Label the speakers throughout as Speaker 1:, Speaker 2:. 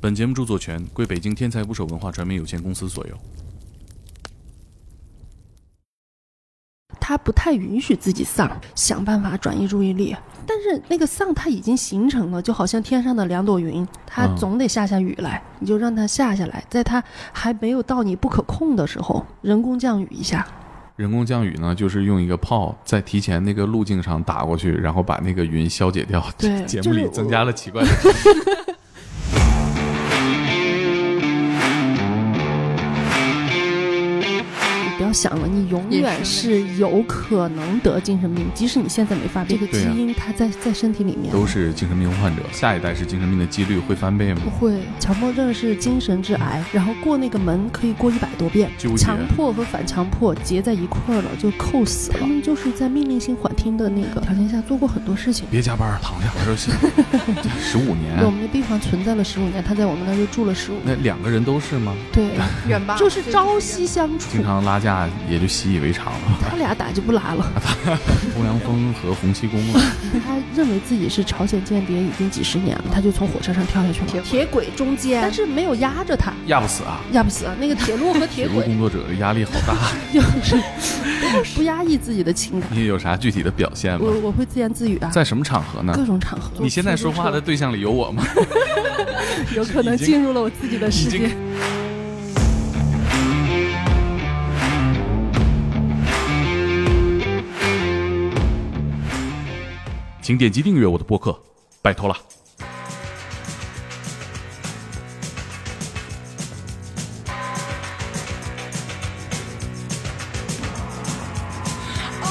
Speaker 1: 本节目著作权归北京天才捕手文化传媒有限公司所有。
Speaker 2: 他不太允许自己丧，想办法转移注意力。但是那个丧它已经形成了，就好像天上的两朵云，它
Speaker 1: 嗯
Speaker 2: 总得下下雨来，你就让它下下来，在它还没有到你不可控的时候，人工降雨一下。
Speaker 1: 人工降雨呢，就是用一个炮在提前那个路径上打过去，然后把那个云消解掉。
Speaker 2: 对
Speaker 1: 节目
Speaker 2: 就是
Speaker 1: 里
Speaker 2: 我
Speaker 1: 增加了奇怪的。
Speaker 2: 你不要想了，你永远是有可能得精神病，即使你现在没发病，这个
Speaker 1: 对
Speaker 2: 基
Speaker 1: 啊
Speaker 2: 因它在在身体里面。
Speaker 1: 都是精神病患者，下一代是精神病的几率会翻倍吗
Speaker 2: 不？会，强迫症是精神致癌，然后过那个门可以过一百多遍，
Speaker 1: 纠结
Speaker 2: 强迫和反强迫结在一块儿了，就扣死了。他们就是在命令性缓听的那个条件下做过很多事情。
Speaker 1: 别加班，躺下玩游 戏。十五
Speaker 2: 对我
Speaker 1: 年，
Speaker 2: 们的病房存在了十五年，他在我们那儿又住了十五
Speaker 1: 哎那
Speaker 2: 年，
Speaker 1: 两个人都是吗？
Speaker 2: 啊对，
Speaker 3: 远吧
Speaker 2: 嗯就是朝夕相处
Speaker 1: 经。常拉架也就习以为常了。
Speaker 2: 他俩打就不 拉了，
Speaker 1: 欧阳锋和洪七公了，
Speaker 2: 他认为自己是朝鲜间谍已经几十年了，他就从火车上跳下去
Speaker 3: 铁
Speaker 2: 了，
Speaker 3: 轨
Speaker 2: 铁轨中间，但是没有压着他，
Speaker 1: 压不死啊！
Speaker 2: 压不死啊！那个铁路和铁
Speaker 1: 铁路
Speaker 2: 轨
Speaker 1: 工作者的压力好大，
Speaker 2: 就是 不压抑自己的情感。
Speaker 1: 你有啥具体的表现吗
Speaker 2: 我？我会自言自语啊，
Speaker 1: 在什么场合呢？
Speaker 2: 各种场合。
Speaker 1: 你现在说话的对象里有我吗？
Speaker 2: 有可能进入了我自己的世
Speaker 1: 已
Speaker 2: 界。
Speaker 1: 请点击订阅我的播客，拜托了。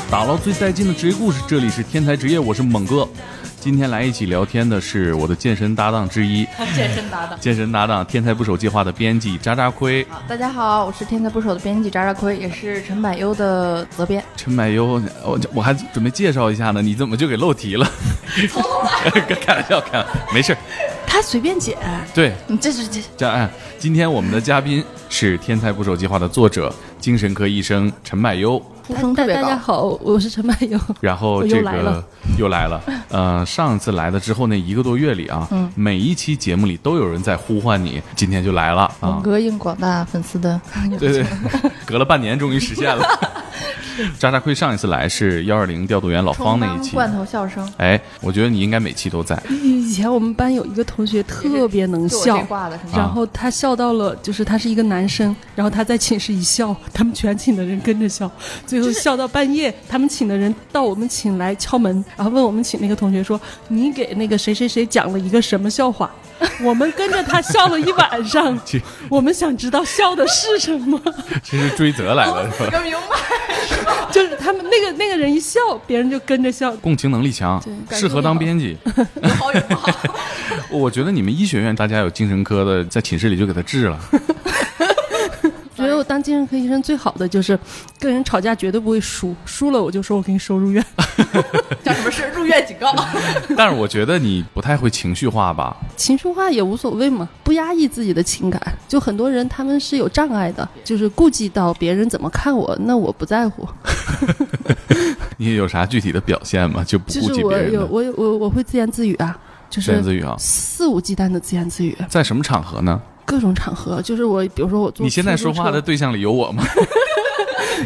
Speaker 1: 打捞最带劲的职业故事，这里是天才职业，我是猛哥。今天来一起聊天的是我的健身搭档之一，
Speaker 3: 健身搭档。
Speaker 1: 健身搭档天才捕手计划的编辑渣渣辉。
Speaker 3: 大家好，我是天才捕手的编辑扎扎奎，也是陈百优的责编。
Speaker 1: 陈柏优，我我还准备介绍一下呢，你怎么就给漏题了？ 开玩笑，开玩笑，没事儿。
Speaker 2: 他随便剪，
Speaker 1: 对，
Speaker 3: 你嗯这是这
Speaker 1: 这哎，今天我们的嘉宾是《天才捕手计划》的作者、精神科医生陈柏优。
Speaker 3: 出声特
Speaker 2: 大
Speaker 3: 别
Speaker 2: 大
Speaker 3: 高
Speaker 2: 家。好，我是陈柏友。
Speaker 1: 然后
Speaker 2: 我又
Speaker 1: 这
Speaker 2: 来
Speaker 1: 个
Speaker 2: 了
Speaker 1: 又来了，呃，上次来了之后那一个多月里啊，
Speaker 2: 嗯
Speaker 1: 每一期节目里都有人在呼唤你，今天就来了啊
Speaker 3: 猛，哥应广大粉丝的，
Speaker 1: 对对， 隔了半年终于实现了。渣渣辉上一次来是幺二零调度员老方
Speaker 3: 充
Speaker 1: 那
Speaker 3: 当
Speaker 1: 一期，
Speaker 3: 罐头笑声，
Speaker 1: 哎，我觉得你应该每期都 在，
Speaker 2: 以前我们班有一个同学特别能
Speaker 3: 就我这
Speaker 2: 嗯笑。
Speaker 1: 啊
Speaker 3: 挂的是吗？
Speaker 2: 然后他笑到了，就是他是一个男生，然后他在寝室一笑，他们全寝的人跟着笑，最后笑到半夜，他们寝的人到我们寝来敲门，然后问我们寝那个同学说：“你给那个谁谁谁讲了一个什么笑话？”我们跟着他笑了一晚上
Speaker 1: 这，
Speaker 2: 我们想知道笑的是什么。
Speaker 1: 这是追责来了是吧？
Speaker 3: 我明
Speaker 1: 啊
Speaker 3: 白，
Speaker 2: 就是他们那个那个人一笑，别人就跟着笑。
Speaker 1: 共情能力强，适合当编辑。
Speaker 3: 有好 有不好。
Speaker 1: 我觉得你们医学院大家有精神科的，在寝室里就给他治 了。
Speaker 2: 觉得我当精神科医生最好的就是跟人吵架绝对不会输，输了我就说我给你收入院。
Speaker 3: 叫什么事？入院 警告。
Speaker 1: 但是我觉得你不太会情绪化吧？
Speaker 2: 情绪化也无所谓嘛，不压抑自己的情感。就很多人他们是有障碍的，就是顾忌到别人怎么看我，那我不在乎。
Speaker 1: 你有啥具体的表现吗？就不
Speaker 2: 就
Speaker 1: 顾
Speaker 2: 是
Speaker 1: 及
Speaker 2: 我
Speaker 1: 别人
Speaker 2: 有
Speaker 1: 的
Speaker 2: 我有我我会自言自语啊，就
Speaker 1: 自言自
Speaker 2: 是
Speaker 1: 语啊？
Speaker 2: 肆无忌惮的自言自语，
Speaker 1: 在什么场合呢？
Speaker 2: 各种场合，就是我比如说我坐
Speaker 1: 你现在
Speaker 2: 出租
Speaker 1: 说话
Speaker 2: 车
Speaker 1: 的对象里有我吗？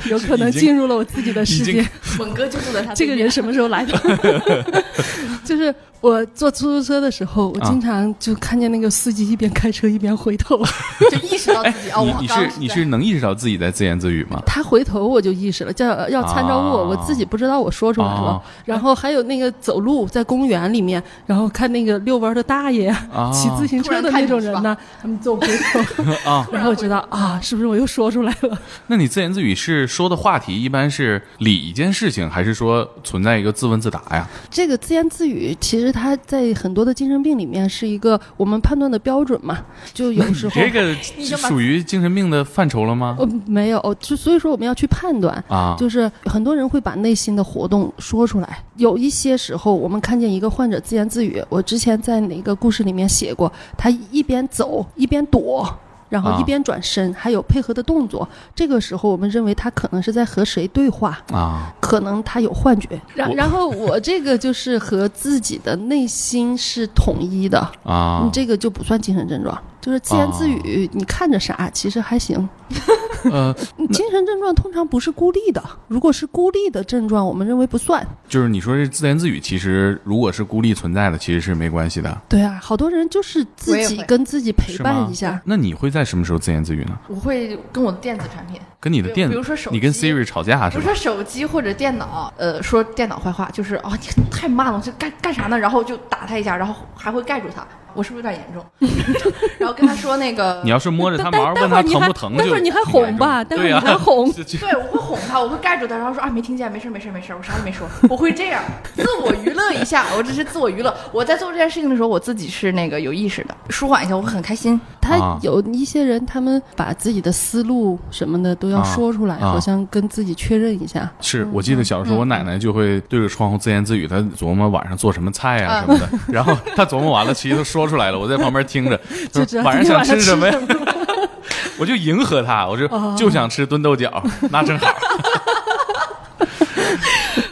Speaker 2: 有可能
Speaker 1: 已经
Speaker 2: 进入了我自己的世
Speaker 1: 已经
Speaker 2: 界。
Speaker 3: 猛哥就坐在
Speaker 1: 啊
Speaker 3: 他
Speaker 2: 这个人什么时候来的？ 就是我坐出租车的时候，我
Speaker 1: 啊
Speaker 2: 经常就看见那个司机一边开车一边回头，
Speaker 3: 就意识到自 己哦，
Speaker 1: 哎你
Speaker 3: 我
Speaker 1: 你
Speaker 3: 刚
Speaker 1: 是你是能意识到自己在自言自语吗？
Speaker 2: 他回头我就意识了，叫要参照
Speaker 1: 啊
Speaker 2: 物，我自己不知道我说出来
Speaker 1: 啊
Speaker 2: 了。然后还有那个走路在公园里面，然后看那个遛弯的大爷
Speaker 1: 啊，
Speaker 2: 骑自行车的那种人呢，他们总回头，
Speaker 1: 啊，
Speaker 2: 然后我知道啊，是不是我又说出来了？
Speaker 1: 那你自言自语是说的话题一般是理一件事情，还是说存在一个自问自答呀？
Speaker 2: 这个自言自语，其实它在很多的精神病里面是一个我们判断的标准嘛，就有时
Speaker 1: 你
Speaker 2: 候
Speaker 1: 这 个
Speaker 3: 你就把
Speaker 1: 属于精神病的范畴了吗？
Speaker 2: 呃，没有，就所以说我们要去判断，
Speaker 1: 啊，
Speaker 2: 就是很多人会把内心的活动说出来。有一些时候，我们看见一个患者自言自语，我之前在哪个故事里面写过，他一边走一边躲。然后
Speaker 1: 啊
Speaker 2: 一边转身，还有配合的动作，这个时候我们认为他可能是在和谁对话，
Speaker 1: 啊，
Speaker 3: 可能他有幻觉。
Speaker 2: 然
Speaker 1: 我
Speaker 2: 然后我这个就是和自己的内心是统一的，
Speaker 1: 啊
Speaker 2: 你，这个就不算精神症状，就是自言自语，你看着啥，其实还行。
Speaker 1: 呃，
Speaker 2: 嗯精神症状通常不是孤立的，如果是孤立的症状，我们认为不算。
Speaker 1: 就是你说这自言自语，其实如果是孤立存在的，其实是没关系的。
Speaker 2: 对啊，好多人就是自
Speaker 3: 我也
Speaker 2: 己
Speaker 3: 会
Speaker 2: 跟自己陪
Speaker 1: 是吗
Speaker 2: 伴一下。
Speaker 1: 那你会在什么时候自言自语呢？
Speaker 3: 我会跟我的电子产品，
Speaker 1: 跟你的
Speaker 3: 比
Speaker 1: 电，
Speaker 3: 比如说手
Speaker 1: 你跟
Speaker 3: 机
Speaker 1: Siri 吵架
Speaker 3: 比
Speaker 1: 是
Speaker 3: 如
Speaker 1: 吧？
Speaker 3: 说手机或者电脑，呃，说电脑坏话，就是哦，你太慢了，这干干啥呢？然后就打他一下，然后还会盖住他。我是不是有点严重？ 然后跟他说那个，
Speaker 1: 你要是摸着
Speaker 2: 但
Speaker 1: 它毛儿，
Speaker 2: 待
Speaker 1: 问
Speaker 2: 会儿
Speaker 1: 它
Speaker 2: 你
Speaker 1: 疼
Speaker 2: 还
Speaker 1: 不疼就
Speaker 2: 待
Speaker 1: 挺严重，
Speaker 2: 会儿你还哄吧待会儿
Speaker 1: 对呀
Speaker 2: 你还哄
Speaker 1: 就就
Speaker 3: 对，我会哄他，我会盖住他，然后说啊没听见，没事没事没事，我啥也没说，我会这样自我娱乐一 下，我只是自我娱乐。我在做这件事情的时候，我自己是那个有意识的，舒缓一下，我很开心。
Speaker 1: 啊
Speaker 2: 他有一些人，他们把自己的思路什么的都要
Speaker 1: 啊
Speaker 2: 说出来，
Speaker 1: 啊
Speaker 2: 好像跟自己确认一下。
Speaker 1: 是我记得小时候，我奶奶就会对着窗户自言自语，她琢磨晚上做什么菜啊什么的。 然后她琢磨完了，其实都说出来了，我在旁边听着，
Speaker 2: 就
Speaker 1: 就
Speaker 2: 知
Speaker 1: 是
Speaker 2: 道
Speaker 1: 晚
Speaker 2: 今天
Speaker 1: 上想
Speaker 2: 晚上
Speaker 1: 吃什么呀？ 我就迎合她，我就就想吃炖豆角，那正好。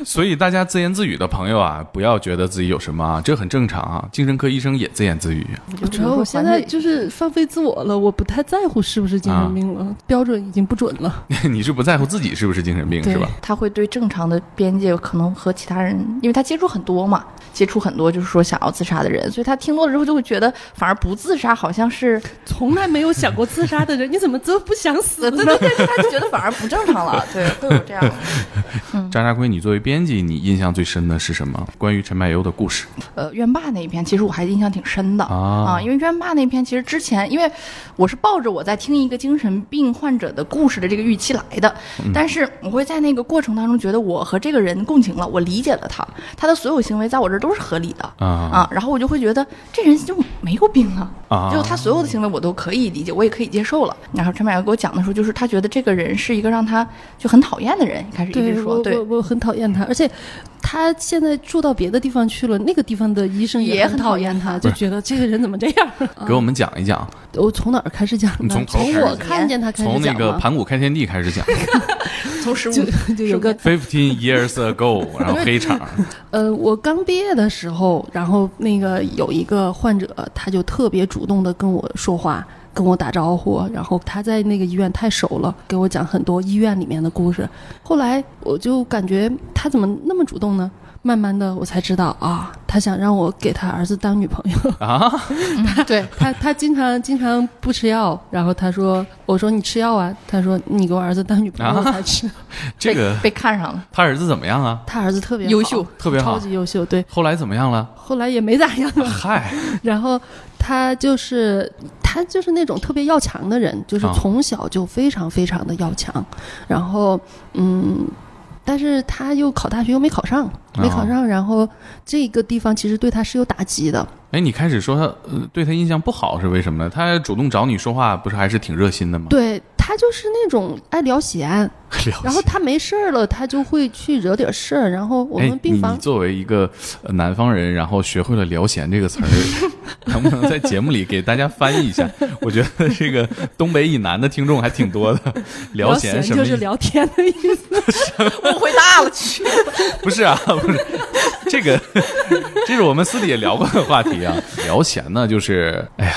Speaker 1: 所以大家自言自语的朋友啊，不要觉得自己有什么啊，这很正常啊。精神科医生也自言自语，
Speaker 2: 我 觉得我现在就是放飞自我了，我不太在乎是不是精神病了，标准已经不准了。
Speaker 1: 你是不在乎自己是不是精神病
Speaker 2: 对
Speaker 1: 是吧？
Speaker 3: 他会对正常的边界可能和其他人，因为他接触很多嘛，接触很多就是说想要自杀的人，所以他听多了之后就会觉得，反而不自杀好像是，
Speaker 2: 从来没有想过自杀的人，你怎么这么不想死
Speaker 3: 对
Speaker 2: 呢
Speaker 3: 对？对，对他就觉得反而不正常了，对， 会有这样。
Speaker 1: 渣渣龟，你作为编辑，你印象最深的是什么？关于陈柏优的故事
Speaker 3: 呃，院坝那一篇，其实我还印象挺深的
Speaker 1: 啊
Speaker 3: 因为院坝那篇其实之前，因为我是抱着我在听一个精神病患者的故事的这个预期来的，
Speaker 1: 嗯
Speaker 3: 但是我会在那个过程当中觉得我和这个人共情了，我理解了他，他的所有行为在我这儿都是合理的
Speaker 1: 啊
Speaker 3: 然后我就会觉得这人就没有病啊，
Speaker 1: 啊
Speaker 3: 就他所有的行为我都可以理解，我也可以接受了。然后陈柏瑶给我讲的时候，就是他觉得这个人是一个让他就很讨厌的人，开始一直
Speaker 2: 对
Speaker 3: 说
Speaker 2: 我
Speaker 3: 对
Speaker 2: 我。我很讨厌他，而且他现在住到别的地方去了，那个地方的医生
Speaker 3: 也
Speaker 2: 很
Speaker 3: 很
Speaker 2: 讨
Speaker 3: 讨
Speaker 2: 厌
Speaker 3: 厌
Speaker 2: 他，
Speaker 3: 他
Speaker 2: 就觉得这个人怎么这样？
Speaker 1: 给我们讲一讲。
Speaker 2: 我从哪儿开始讲
Speaker 1: 你
Speaker 2: 呢？
Speaker 1: 从头开始
Speaker 2: 我
Speaker 1: 讲
Speaker 2: 看见他开
Speaker 1: 从
Speaker 2: 始
Speaker 1: 那
Speaker 2: 讲
Speaker 1: 个
Speaker 2: 吗
Speaker 1: 盘古开天地开 始讲
Speaker 3: 从十五
Speaker 2: 就 就有个
Speaker 1: ，Fifteen years ago，然 后黑场，
Speaker 2: 呃，我刚毕业的时候，然后那个有一个患者，他就特别主动的跟我说话，跟我打招呼，然后他在那个医院太熟了，给我讲很多医院里面的故事。后来我就感觉他怎么那么主动呢？慢慢的，我才知道啊，他想让我给他儿子当女 朋友啊。
Speaker 3: 嗯
Speaker 2: 对他，他经常经常不吃药，然后他说：“我说你吃药啊。”他说：“你给我儿子当女朋友才吃。
Speaker 3: 啊
Speaker 1: 这个
Speaker 3: 被被看上了，
Speaker 1: 他儿子怎么样啊？
Speaker 2: 他儿子特别好
Speaker 3: 优秀，
Speaker 1: 特别好
Speaker 2: 超级优秀。对，
Speaker 1: 后来怎么样 了？
Speaker 2: 后来也没咋样啊。
Speaker 1: 嗨，
Speaker 2: 然后他就是他就是那种特别要强的人，就是
Speaker 1: 啊
Speaker 2: 从小就非常非常的要强，然后嗯。但是他又考大学又没考上，没
Speaker 1: 啊
Speaker 2: 考上，然后这个地方其实对他是有打击的。
Speaker 1: 哎，你开始说他、呃、对他印象不好是为什么呢？他主动找你说话，不是还是挺热心的吗？
Speaker 2: 对他就是那种爱聊闲，
Speaker 1: 了
Speaker 2: 然后他没事儿了，他就会去惹点事儿。然后我
Speaker 1: 哎
Speaker 2: 们，病
Speaker 1: 你
Speaker 2: 房
Speaker 1: 你作为一个呃南方人，然后学会了“聊闲”这个词 儿，能不能在节目里给大家翻译一下？我觉得这个东北以南的听众还挺多的。聊闲什么意
Speaker 2: 就是
Speaker 1: 思？
Speaker 2: 聊天的意思。
Speaker 3: 误会大了 去。
Speaker 1: 不是啊， 不是这个， 这是我们私底下聊过的话题啊。聊闲呢，就是哎呀，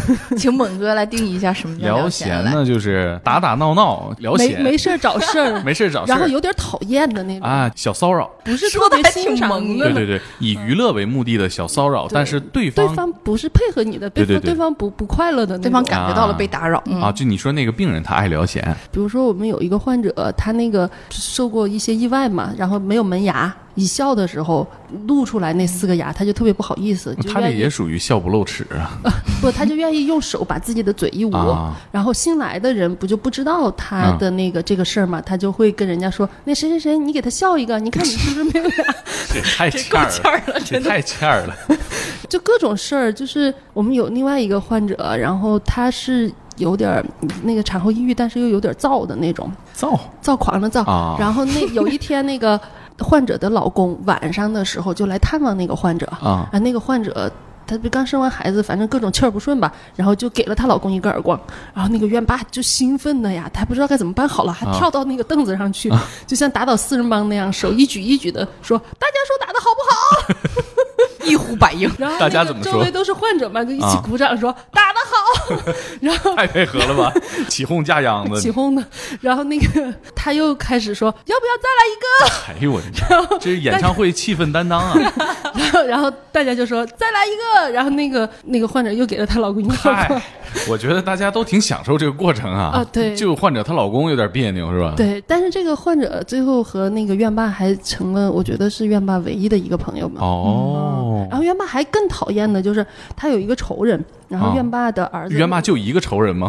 Speaker 3: 请猛哥来定义一下什么叫
Speaker 1: 聊
Speaker 3: 闲
Speaker 1: 闲
Speaker 3: 来。
Speaker 1: 呢就是打打闹闹，聊
Speaker 2: 没
Speaker 1: 闲
Speaker 2: 没事儿找事儿，
Speaker 1: 没事 找事
Speaker 2: 然后
Speaker 1: 儿
Speaker 2: 有点讨厌的那种，
Speaker 1: 啊，小骚扰。
Speaker 2: 不是特
Speaker 3: 说得
Speaker 2: 别
Speaker 3: 还
Speaker 2: 欣
Speaker 3: 挺
Speaker 2: 赏
Speaker 3: 萌
Speaker 2: 的
Speaker 1: 对对对，以娱乐为目的的小骚扰，但是对
Speaker 2: 对
Speaker 1: 方
Speaker 2: 方不是配合你的，
Speaker 1: 对
Speaker 2: 对
Speaker 1: 对对
Speaker 2: 方方不不快乐的那
Speaker 3: 对
Speaker 2: 种
Speaker 3: 方感觉到了
Speaker 1: 啊
Speaker 3: 被打扰，嗯
Speaker 1: 啊，就你说那个病人他爱聊闲，
Speaker 2: 比如说我们有一个患者，他那个受过一些意外嘛，然后没有门牙，一笑的时候露出来那四个牙，他就特别不好意思，就
Speaker 1: 嗯他这
Speaker 2: 愿意
Speaker 1: 也属于笑不露齿 啊
Speaker 2: 不，他就愿意用手把自己的嘴一捂。
Speaker 1: 啊
Speaker 2: 然后新来的人不就不知道他的那个、这个事儿嘛，他就会跟人家说：“那谁谁谁，你给他笑一个，你看你是不是没有牙
Speaker 1: 嗯这也太欠儿了，这太欠儿了。？”
Speaker 2: 就各种事儿，就是我们有另外一个患者，然后他是有点儿那个产后抑郁，但是又有点儿躁的那种。
Speaker 1: 造
Speaker 2: 躁狂的躁。
Speaker 1: 啊
Speaker 2: 然后那有一天，那个患者的老公晚上的时候就来探望那个患者，
Speaker 1: 啊
Speaker 2: 啊，那个患者她不刚生完孩子，反正各种气儿不顺吧，然后就给了她老公一个耳光，然后那个院霸就兴奋的呀，她还不知道该怎么办好了，还
Speaker 1: 啊
Speaker 2: 跳到那个凳子上去，就像打倒四人帮那样，手一举一举的说：“大家说打的好不好？”
Speaker 3: 一呼百 应。
Speaker 2: 然后
Speaker 1: 大家
Speaker 2: 那个
Speaker 1: 怎么
Speaker 2: 周
Speaker 1: 说
Speaker 2: 围都是患者嘛，就一起
Speaker 1: 啊
Speaker 2: 鼓掌说、打得 好，然后
Speaker 1: 太配合了吧？起哄架秧
Speaker 2: 起
Speaker 1: 子，
Speaker 2: 哄的，然后那个他又开始说要不要再来一个。
Speaker 1: 哎呦我的天，这是演唱会气氛担当啊！
Speaker 2: 然后，然后大家就说再来一个，然后那个那个患者又给了她老公一个耳光
Speaker 1: 嗨，我觉得大家都挺享受这个过程啊。
Speaker 2: 啊对
Speaker 1: 就患者她老公有点别扭是吧？，
Speaker 2: 对，但是这个患者最后和那个院霸还成了，我觉得是院霸唯一的一个朋友嘛。
Speaker 1: 哦，
Speaker 2: 然后院霸还更讨厌的就是他有一个仇人，然后
Speaker 1: 啊
Speaker 2: 院霸的儿子，
Speaker 1: 冤妈就一个仇人吗？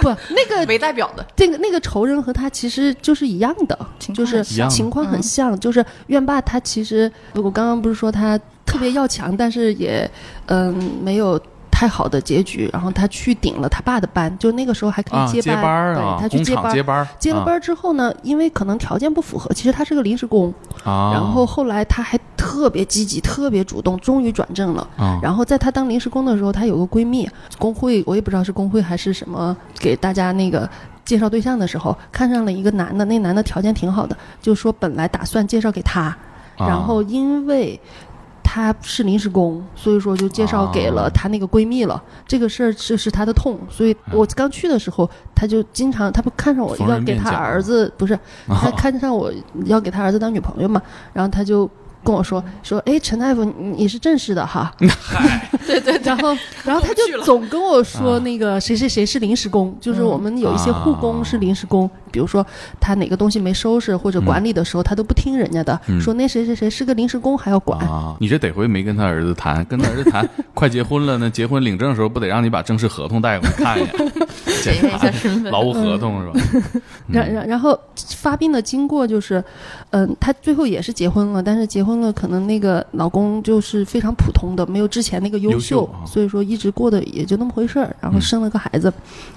Speaker 2: 不那个
Speaker 3: 为代表 的，
Speaker 2: 这个那个仇人和他其实就是一样的，
Speaker 3: 情
Speaker 2: 就
Speaker 3: 况
Speaker 2: 是
Speaker 3: 很
Speaker 1: 像嗯
Speaker 2: 情况很像，就是院霸他其实我刚刚不是说他特别要强，但是也嗯没有。太好的结局，然后他去顶了他爸的班，就那个时候还可
Speaker 1: 啊，
Speaker 2: 以
Speaker 1: 接班
Speaker 2: 班，
Speaker 1: 儿啊，
Speaker 2: 对，他去
Speaker 1: 工
Speaker 2: 接
Speaker 1: 厂
Speaker 2: 班，
Speaker 1: 接班啊儿，
Speaker 2: 接了班儿之后呢，因为可能条件不符合，其实他是个临时工，
Speaker 1: 啊，
Speaker 2: 然后后来他还特别积极，特别主动，终于转正了。
Speaker 1: 啊，
Speaker 2: 然后在她当临时工的时候，她有个闺蜜，工会我也不知道是工会还是什么，给大家那个介绍对象的时候，看上了一个男的，那男的条件挺好的，就说本来打算介绍给她，
Speaker 1: 啊
Speaker 2: 然后因为。她是临时工，所以说就介绍给了
Speaker 1: 啊
Speaker 2: 她那个闺蜜了。这个事儿就是她的痛，所以我刚去的时候，她就经常，她不看上我
Speaker 1: 嗯逢
Speaker 2: 要
Speaker 1: 人
Speaker 2: 给
Speaker 1: 便
Speaker 2: 她
Speaker 1: 讲
Speaker 2: 儿子，不是他
Speaker 1: 啊
Speaker 2: 看上我要给他儿子当女朋友嘛，然后他就跟我说说，哎，陈大夫，你你是正式的哈？ 对对。然后然后他就总跟我
Speaker 1: 啊
Speaker 2: 说那个谁谁谁是临时工，就是我们有一些护工
Speaker 1: 啊
Speaker 2: 是临时工，比如说他哪个东西没收拾或者管理的时候，他都不听人家的，
Speaker 1: 嗯
Speaker 2: 说那谁谁谁是个临时工还要管。
Speaker 1: 啊，你这得回没跟他儿子谈，跟他儿子谈，快结婚了呢，结婚领证的时候不得让你把正式合同带过来看一 眼，检
Speaker 3: 验一下身份
Speaker 1: 劳务合同是吧？
Speaker 2: 嗯
Speaker 1: 嗯
Speaker 2: 然然然后发病的经过就是，嗯、她最后也是结婚了，但是结婚了可能那个老公就是非常普通的，没有之前那个优秀，
Speaker 1: 优秀啊
Speaker 2: 所以说一直过得也就那么回事儿。然后
Speaker 1: 嗯
Speaker 2: 生了个孩子，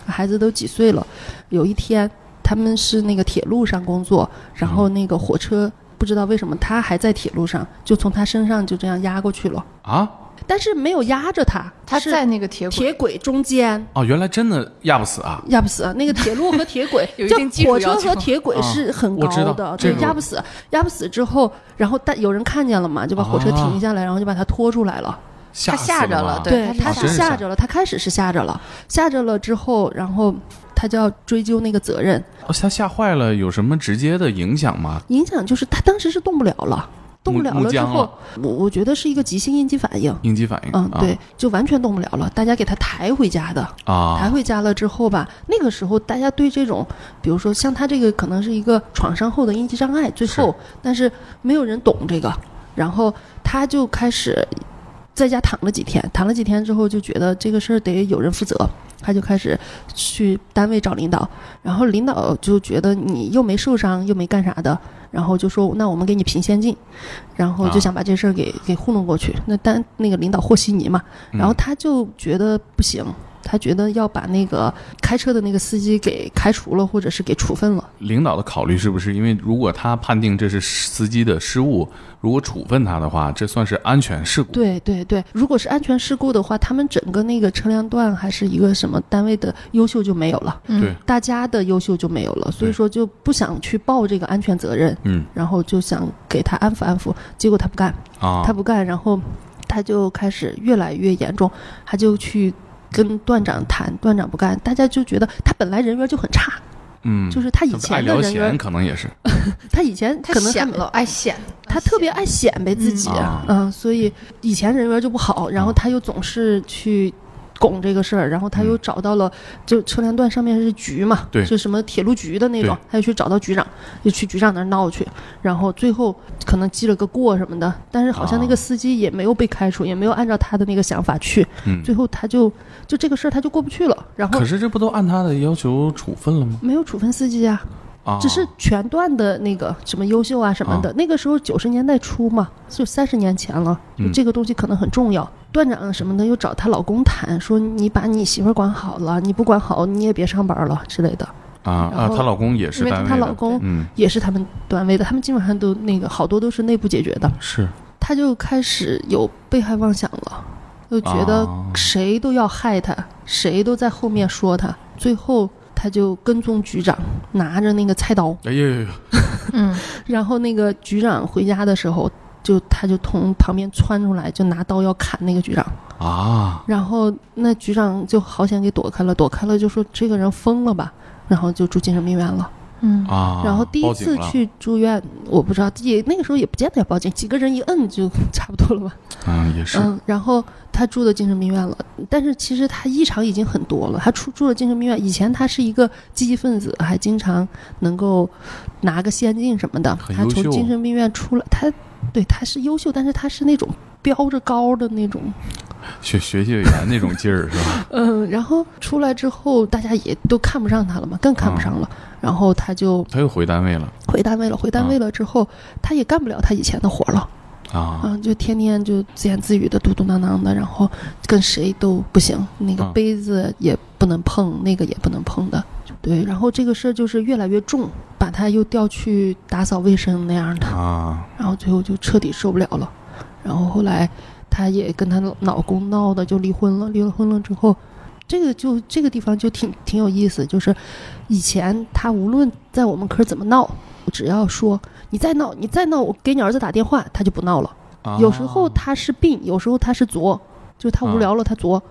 Speaker 2: 孩子都几岁了。有一天他们是那个铁路上工作，然
Speaker 1: 嗯
Speaker 2: 后那个火车不知道为什么他还在铁路上，就从他身上就这样压过去了，
Speaker 1: 啊，
Speaker 2: 但是没有压着他，
Speaker 3: 他
Speaker 2: 是
Speaker 3: 在那个铁轨，
Speaker 2: 铁轨中间。
Speaker 1: 哦，原来真的压不死啊！
Speaker 2: 压不死啊！那个铁路和铁 轨
Speaker 3: 有，一定基
Speaker 2: 就
Speaker 3: 础
Speaker 2: 火车
Speaker 3: 要求
Speaker 2: 和铁轨是很高
Speaker 1: 啊我知
Speaker 2: 的，
Speaker 1: 道
Speaker 2: 对
Speaker 1: 这，个
Speaker 2: 压不死。压不死之后，然后但有人看见了嘛，就把火车
Speaker 1: 啊
Speaker 2: 停下来，然后就把他拖出来了。
Speaker 1: 吓
Speaker 3: 他
Speaker 1: 死
Speaker 3: 吓着
Speaker 1: 了
Speaker 3: 了
Speaker 1: 吗
Speaker 3: 对他
Speaker 2: 他
Speaker 1: 是吓
Speaker 2: 吓着了，他开始是吓着了，吓着了之后，然后他就要追究那个责任。
Speaker 1: 哦他吓坏了，有什么直接的影响吗？
Speaker 2: 影响就是他当时是动不了了，动不了
Speaker 1: 木
Speaker 2: 了之
Speaker 1: 僵
Speaker 2: 后
Speaker 1: 了，
Speaker 2: 我我觉得是一个急性应激反应。
Speaker 1: 应激反应，
Speaker 2: 嗯，
Speaker 1: 啊
Speaker 2: 对，就完全动不了了，大家给他抬回家的。抬
Speaker 1: 啊，
Speaker 2: 回家了之后吧，那个时候大家对这种，比如说像他这个可能是一个创伤后的应激障碍，最后但是没有人懂这个，然后他就开始在家躺了几天，躺了几天之后就觉得这个事儿得有人负责，他就开始去单位找领导，然后领导就觉得你又没受伤又没干啥的，然后就说那我们给你评先进，然后就
Speaker 1: 啊
Speaker 2: 想把这事儿给给糊弄过去。那但那个领导和稀泥嘛，然后他就觉得不行，他觉得要把那个开车的那个司机给开除了，或者是给处分了。
Speaker 1: 领导的考虑是不是因为如果他判定这是司机的失误，如果处分他的话，这算是安全事故？
Speaker 2: 对对对，如果是安全事故的话，他们整个那个车辆段还是一个什么单位的优秀就没有了，
Speaker 1: 对，
Speaker 2: 大家的优秀就没有了，所以
Speaker 1: 对
Speaker 2: 说就不想去报这个安全责任，
Speaker 1: 嗯
Speaker 2: 然后就想给他安抚安抚，结果他不干，
Speaker 1: 啊，
Speaker 2: 他不干，然后他就开始越来越严重，他就去。跟段长谈，段长不干，大家就觉得他本来人缘就很差，
Speaker 1: 嗯，
Speaker 2: 就是他以
Speaker 1: 他不爱
Speaker 2: 前的
Speaker 1: 聊
Speaker 2: 人缘
Speaker 1: 钱，可能 也是
Speaker 2: 他以前
Speaker 3: 他
Speaker 2: 可能
Speaker 3: 显
Speaker 2: 还没
Speaker 3: 了，爱显，
Speaker 2: 他特别爱显摆自己，
Speaker 1: 嗯啊
Speaker 2: 嗯，所以以前人缘就不好，然后他又总是去。拱这个事儿，然后他又找到了，就车联段上面是局嘛，
Speaker 1: 对
Speaker 2: 是什么铁路局的那种
Speaker 1: 对，
Speaker 2: 他就去找到局长，就去局长那儿闹去，然后最后可能记了个过什么的，但是好像那个
Speaker 1: 啊
Speaker 2: 司机也没有被开除，也没有按照他的那个想法去，
Speaker 1: 嗯
Speaker 2: 最后他就就这个事儿他就过不去了，然后
Speaker 1: 可是这不都按他的要求处分了吗？
Speaker 2: 没有处分司机啊，
Speaker 1: 啊，
Speaker 2: 只是全段的那个什么优秀啊什么的，
Speaker 1: 啊
Speaker 2: 那个时候九十年代初嘛，就三十年前了，就
Speaker 1: 嗯
Speaker 2: 这个东西可能很重要。段长什么的又找她老公谈，说你把你媳妇儿管好了，你不管好你也别上班了之类的。
Speaker 1: 啊啊
Speaker 2: 然，后
Speaker 1: 她老公也是
Speaker 2: 因为
Speaker 1: 单位
Speaker 2: 她
Speaker 1: 的
Speaker 2: 老公
Speaker 1: 嗯，
Speaker 2: 也是他们单位的，他们基本上都那个好多都是内部解决的。
Speaker 1: 是
Speaker 2: 她就开始有被害妄想了，就觉得
Speaker 1: 啊
Speaker 2: 谁都要害他，谁都在后面说他，最后他就跟踪局长，拿着那个菜刀，
Speaker 1: 哎呦呦呦，
Speaker 4: 嗯，
Speaker 2: 然后那个局长回家的时候，就他就从旁边窜出来，就拿刀要砍那个局长，
Speaker 1: 啊，
Speaker 2: 然后那局长就好险给躲开了，躲开了就说这个人疯了吧，然后就住精神病院了。
Speaker 4: 嗯
Speaker 1: 啊！
Speaker 2: 然后第一
Speaker 1: 报警
Speaker 2: 次
Speaker 1: 了，
Speaker 2: 去住院，我不知道，也那个时候也不见得要报警，几个人一摁就差不多了吧。
Speaker 1: 嗯，也是，
Speaker 2: 嗯，然后他住的精神病院了，但是其实他异常已经很多了。他出住了精神病院，以前他是一个积极分子，还经常能够拿个先进什么的。
Speaker 1: 很
Speaker 2: 他
Speaker 1: 优秀
Speaker 2: 从精神病院出来，他对他是优秀，但是他是那种标着高的那种
Speaker 1: 学学习委员那种劲儿是吧？
Speaker 2: 嗯，然后出来之后，大家也都看不上他了嘛，更看不上
Speaker 1: 嗯
Speaker 2: 了。然后他就
Speaker 1: 他又回单位了
Speaker 2: 回单位了，回单位了之后，他也干不了他以前的活了，
Speaker 1: 啊！
Speaker 2: 嗯，就天天就自言自语的嘟嘟囔囔的，然后跟谁都不行，那个
Speaker 1: 啊
Speaker 2: 杯子也不能碰，那个也不能碰的，对。然后这个事儿就是越来越重，把他又调去打扫卫生那样的，
Speaker 1: 啊，
Speaker 2: 然后最后就彻底受不了了，然后后来她也跟她老公闹的就离婚了，离了婚了之后，这个就这个地方就挺挺有意思，就是以前她无论在我们科怎么闹，我只要说你再闹你再闹，我给你儿子打电话，她就不闹了。
Speaker 1: 啊
Speaker 2: 有时候她是病，有时候她是作，就是她无聊
Speaker 1: 啊
Speaker 2: 了她 作。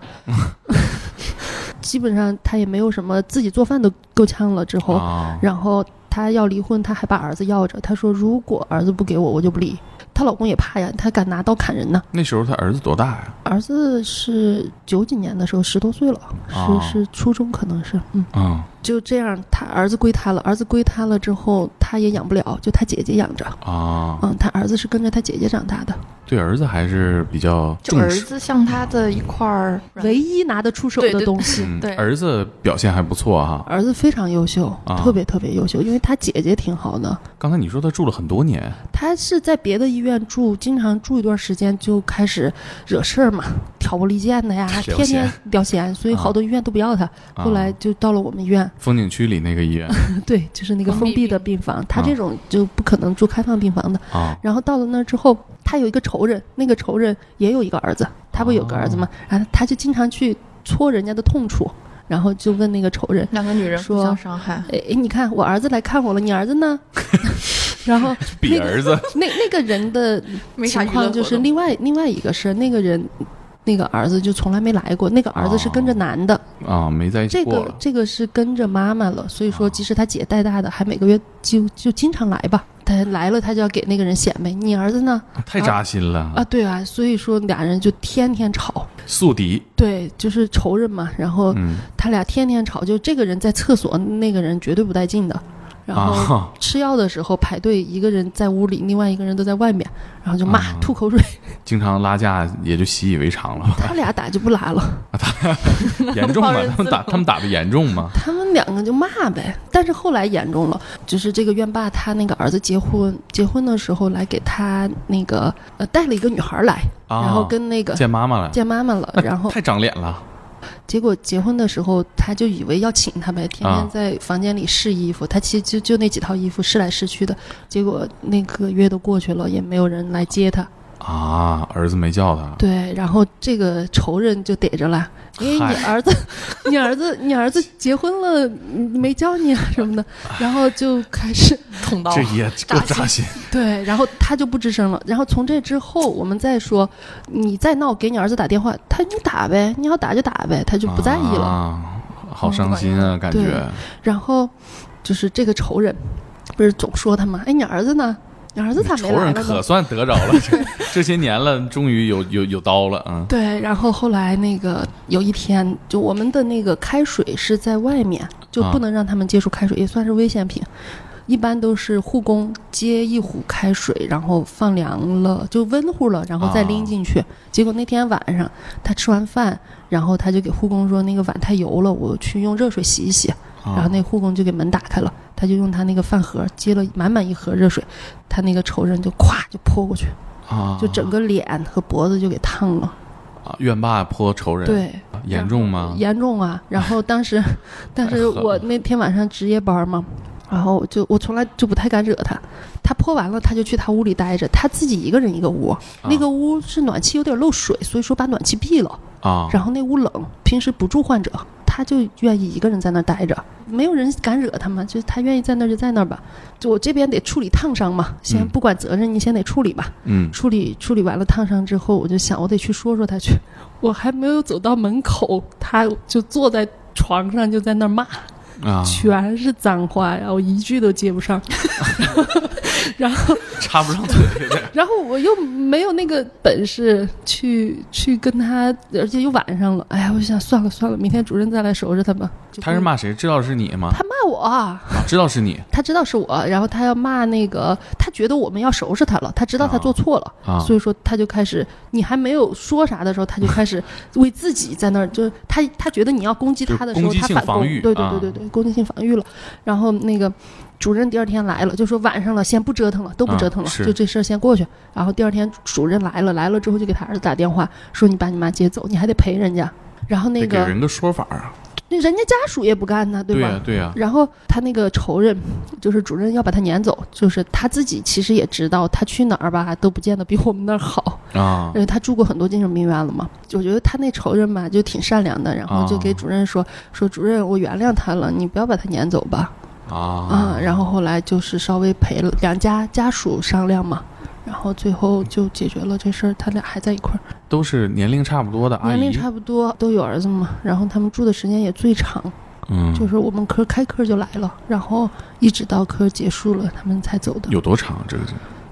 Speaker 2: 基本上她也没有什么自己做饭都够呛了之后，
Speaker 1: 啊，
Speaker 2: 然后她要离婚，她还把儿子要着。她说如果儿子不给我，我就不离。她老公也怕呀，他敢拿刀砍人呢。
Speaker 1: 那时候他儿子多大呀？
Speaker 2: 儿子是九几年的时候，十多岁了，
Speaker 1: 哦
Speaker 2: 是是初中可能是，嗯，
Speaker 1: 嗯，
Speaker 2: 就这样，他儿子归他了。儿子归他了之后，他也养不了，就他姐姐养着。
Speaker 1: 啊，
Speaker 2: 嗯，他儿子是跟着他姐姐长大的，
Speaker 1: 对儿子还是比较
Speaker 3: 就
Speaker 1: 重
Speaker 3: 儿
Speaker 1: 视，
Speaker 3: 子像他的一块儿软
Speaker 2: 唯一拿得出手
Speaker 3: 对
Speaker 2: 的
Speaker 3: 对
Speaker 2: 东西。
Speaker 1: 嗯
Speaker 3: 对，
Speaker 1: 儿子表现还不错哈。
Speaker 2: 儿子非常优秀，
Speaker 1: 啊
Speaker 2: 特别特别优秀，因为他姐姐挺好的。
Speaker 1: 刚才你说他住了很多年，
Speaker 2: 他是在别的医院住，经常住一段时间就开始惹事儿嘛，挑拨离间的呀，
Speaker 1: 闲
Speaker 2: 天天聊闲，所以
Speaker 1: 啊
Speaker 2: 好多医院都不要他。
Speaker 1: 啊
Speaker 2: 后来就到了我们医院，
Speaker 1: 风景区里那个医院
Speaker 2: 对，就是那个
Speaker 3: 封
Speaker 2: 封
Speaker 3: 闭
Speaker 2: 闭的病房，他这种就不可能住开放病房的。
Speaker 1: 啊，
Speaker 2: 然后到了那儿之后，他有一个仇人，那个仇人也有一个儿子，他不有个儿子吗？
Speaker 1: 哦
Speaker 2: 然后他就经常去戳人家的痛处，然后就问那个仇人。
Speaker 3: 两个女人互
Speaker 2: 说
Speaker 3: 相伤害，
Speaker 2: 哎，哎你看我儿子来看我了，你儿子 呢？然后
Speaker 1: 比儿子
Speaker 2: 那那个人的
Speaker 3: 没啥
Speaker 2: 情
Speaker 3: 娱乐
Speaker 2: 况就
Speaker 3: 活
Speaker 2: 是
Speaker 3: 动
Speaker 2: 另外另外一个是那个人，那个儿子就从来没来过，那个儿子是跟着男的，
Speaker 1: 啊，没在一起
Speaker 2: 这
Speaker 1: 过
Speaker 2: 个
Speaker 1: 了
Speaker 2: 这个是跟着妈妈了，所以
Speaker 1: 哦
Speaker 2: 说即使他姐带大的，还每个月就就经常来吧，他来了他就要给那个人显摆，你儿子呢？
Speaker 1: 太扎心了
Speaker 2: 啊，，对啊，所以说俩人就天天吵，
Speaker 1: 宿敌，
Speaker 2: 对，就是仇人嘛，然后
Speaker 1: 嗯
Speaker 2: 他俩天天吵，就这个人在厕所，那个人绝对不带劲的，然后。
Speaker 1: 啊，
Speaker 2: 吃药的时候排队，一个人在屋里，另外一个人都在外面，然后就骂、
Speaker 1: 啊
Speaker 2: 吐口水，
Speaker 1: 经常拉架也就习以为常了吧。
Speaker 2: 他俩打就不拉了。
Speaker 1: 严重吗？他们打他们打的严重吗？
Speaker 2: 他们两个就骂呗，但是后来严重了，就是这个院霸他那个儿子结婚，结婚的时候来给他那个呃带了一个女孩来，
Speaker 1: 啊，
Speaker 2: 然后跟那个
Speaker 1: 见妈妈了，
Speaker 2: 见妈妈了，然后
Speaker 1: 太长脸了
Speaker 2: 结果结婚的时候他就以为要请她呗，天
Speaker 1: 啊
Speaker 2: 天在房间里试衣服，他其实就就那几套衣服试来试去的，结果那个月都过去了，也没有人来接他，
Speaker 1: 啊！儿子没叫他，
Speaker 2: 对，然后这个仇人就逮着了，因为你
Speaker 1: 嗨
Speaker 2: 儿子， 你儿子，你儿子结婚了，嗯没叫你啊什么的，然后就开始
Speaker 3: 捅刀
Speaker 1: 这也够扎心。
Speaker 2: 对，然后他就不吱声了。然后从这之后，我们再说，你再闹，给你儿子打电话，他你打呗，你要打就打呗，他就不在意了。嗯
Speaker 1: 啊，好伤心啊，感觉
Speaker 2: 然后就是这个仇人，不是总说他吗？哎，你儿子呢？你儿子咋没
Speaker 1: 仇
Speaker 2: 来
Speaker 1: 人
Speaker 2: 了
Speaker 1: 可
Speaker 2: 呢？
Speaker 1: 算得着了， 这这些年了，终于有有有刀了啊！
Speaker 2: 对，然后后来那个有一天，就我们的那个开水是在外面，就
Speaker 1: 啊
Speaker 2: 不能让他们接触开水，也算是危险品。一般都是护工接一壶开水，然后放凉了，就温乎了，然后再
Speaker 1: 啊
Speaker 2: 拎进去。结果那天晚上他吃完饭，然后他就给护工说那个碗太油了，我去用热水洗一洗。
Speaker 1: 啊
Speaker 2: 然后那护工就给门打开了，他就用他那个饭盒接了满满一盒热水，他那个仇人就咵就泼过去，
Speaker 1: 啊，
Speaker 2: 就整个脸和脖子就给烫了。
Speaker 1: 啊怨霸泼仇人，
Speaker 2: 对，
Speaker 1: 严重吗？
Speaker 2: 啊严重啊！然后当时，但是
Speaker 1: 太狠了
Speaker 2: 我那天晚上值夜班嘛，然后我就我从来就不太敢惹他，他泼完了他就去他屋里待着，他自己一个人一个
Speaker 1: 啊
Speaker 2: 屋，那个屋是暖气有点漏水，所以说把暖气闭了，
Speaker 1: 啊，
Speaker 2: 然后那屋冷，平时不住患者，他就愿意一个人在那儿待着，没有人敢惹他嘛，就是他愿意在那儿就在那儿吧，就我这边得处理烫伤嘛，先
Speaker 1: 嗯
Speaker 2: 不管责任，你先得处理吧，
Speaker 1: 嗯
Speaker 2: 处理处理完了烫伤之后，我就想我得去说说他去，
Speaker 5: 我还没有走到门口，他就坐在床上就在那儿骂，
Speaker 1: 啊，
Speaker 5: 全是脏话呀，我一句都接不上。然后，
Speaker 1: 插不上嘴，
Speaker 5: 然后我又没有那个
Speaker 2: 本事去去跟他，而且又晚上了，哎呀，我想算了算了，明天主任再来收拾他吧。就
Speaker 1: 他是骂谁？知道是你吗？
Speaker 2: 他骂我，
Speaker 1: 啊知道是你
Speaker 2: 他知道是我，然后他要骂那个，他觉得我们要收拾他了，他知道他做错了，
Speaker 1: 啊，
Speaker 2: 所以说他就开始，你还没有说啥的时候，他就开始为自己在那儿， 就是他他觉得你要攻击他的时候，
Speaker 1: 就是攻击
Speaker 2: 他
Speaker 1: 性
Speaker 2: 反
Speaker 1: 防
Speaker 2: 攻，
Speaker 1: 御
Speaker 2: 对对
Speaker 1: 啊
Speaker 2: 对对对，攻击性防御了。然后那个主任第二天来了，就说晚上了，先不折腾了，都不
Speaker 1: 啊
Speaker 2: 折腾了，
Speaker 1: 是
Speaker 2: 就这事儿先过去。然后第二天主任来了，来了之后就给他儿子打电话说你把你妈接走，你还得赔人家。然后那
Speaker 1: 得给
Speaker 2: 个
Speaker 1: 人个说法啊，
Speaker 2: 那人家家属也不干呢，对吧？
Speaker 1: 呀对啊呀，
Speaker 2: 然后他那个仇人，就是主任要把他撵走，就是他自己其实也知道，他去哪儿吧都不见得比我们那儿好，
Speaker 1: 啊
Speaker 2: 因为他住过很多精神病院了嘛。我觉得他那仇人吧就挺善良的，然后就
Speaker 1: 哦
Speaker 2: 给主任说、说主任，我原谅他了，你不要把他撵走吧。啊
Speaker 1: 啊，
Speaker 2: 然后后来就是稍微赔了两家家属商量嘛。然后最后就解决了这事儿，他俩还在一块儿，
Speaker 1: 都是年龄差不多的阿
Speaker 2: 年龄
Speaker 1: 姨，
Speaker 2: 差不多，都有儿子嘛。然后他们住的时间也最长，
Speaker 1: 嗯，
Speaker 2: 就是我们科开科就来了，然后一直到科结束了，他们才走的。
Speaker 1: 有哎多长？啊这个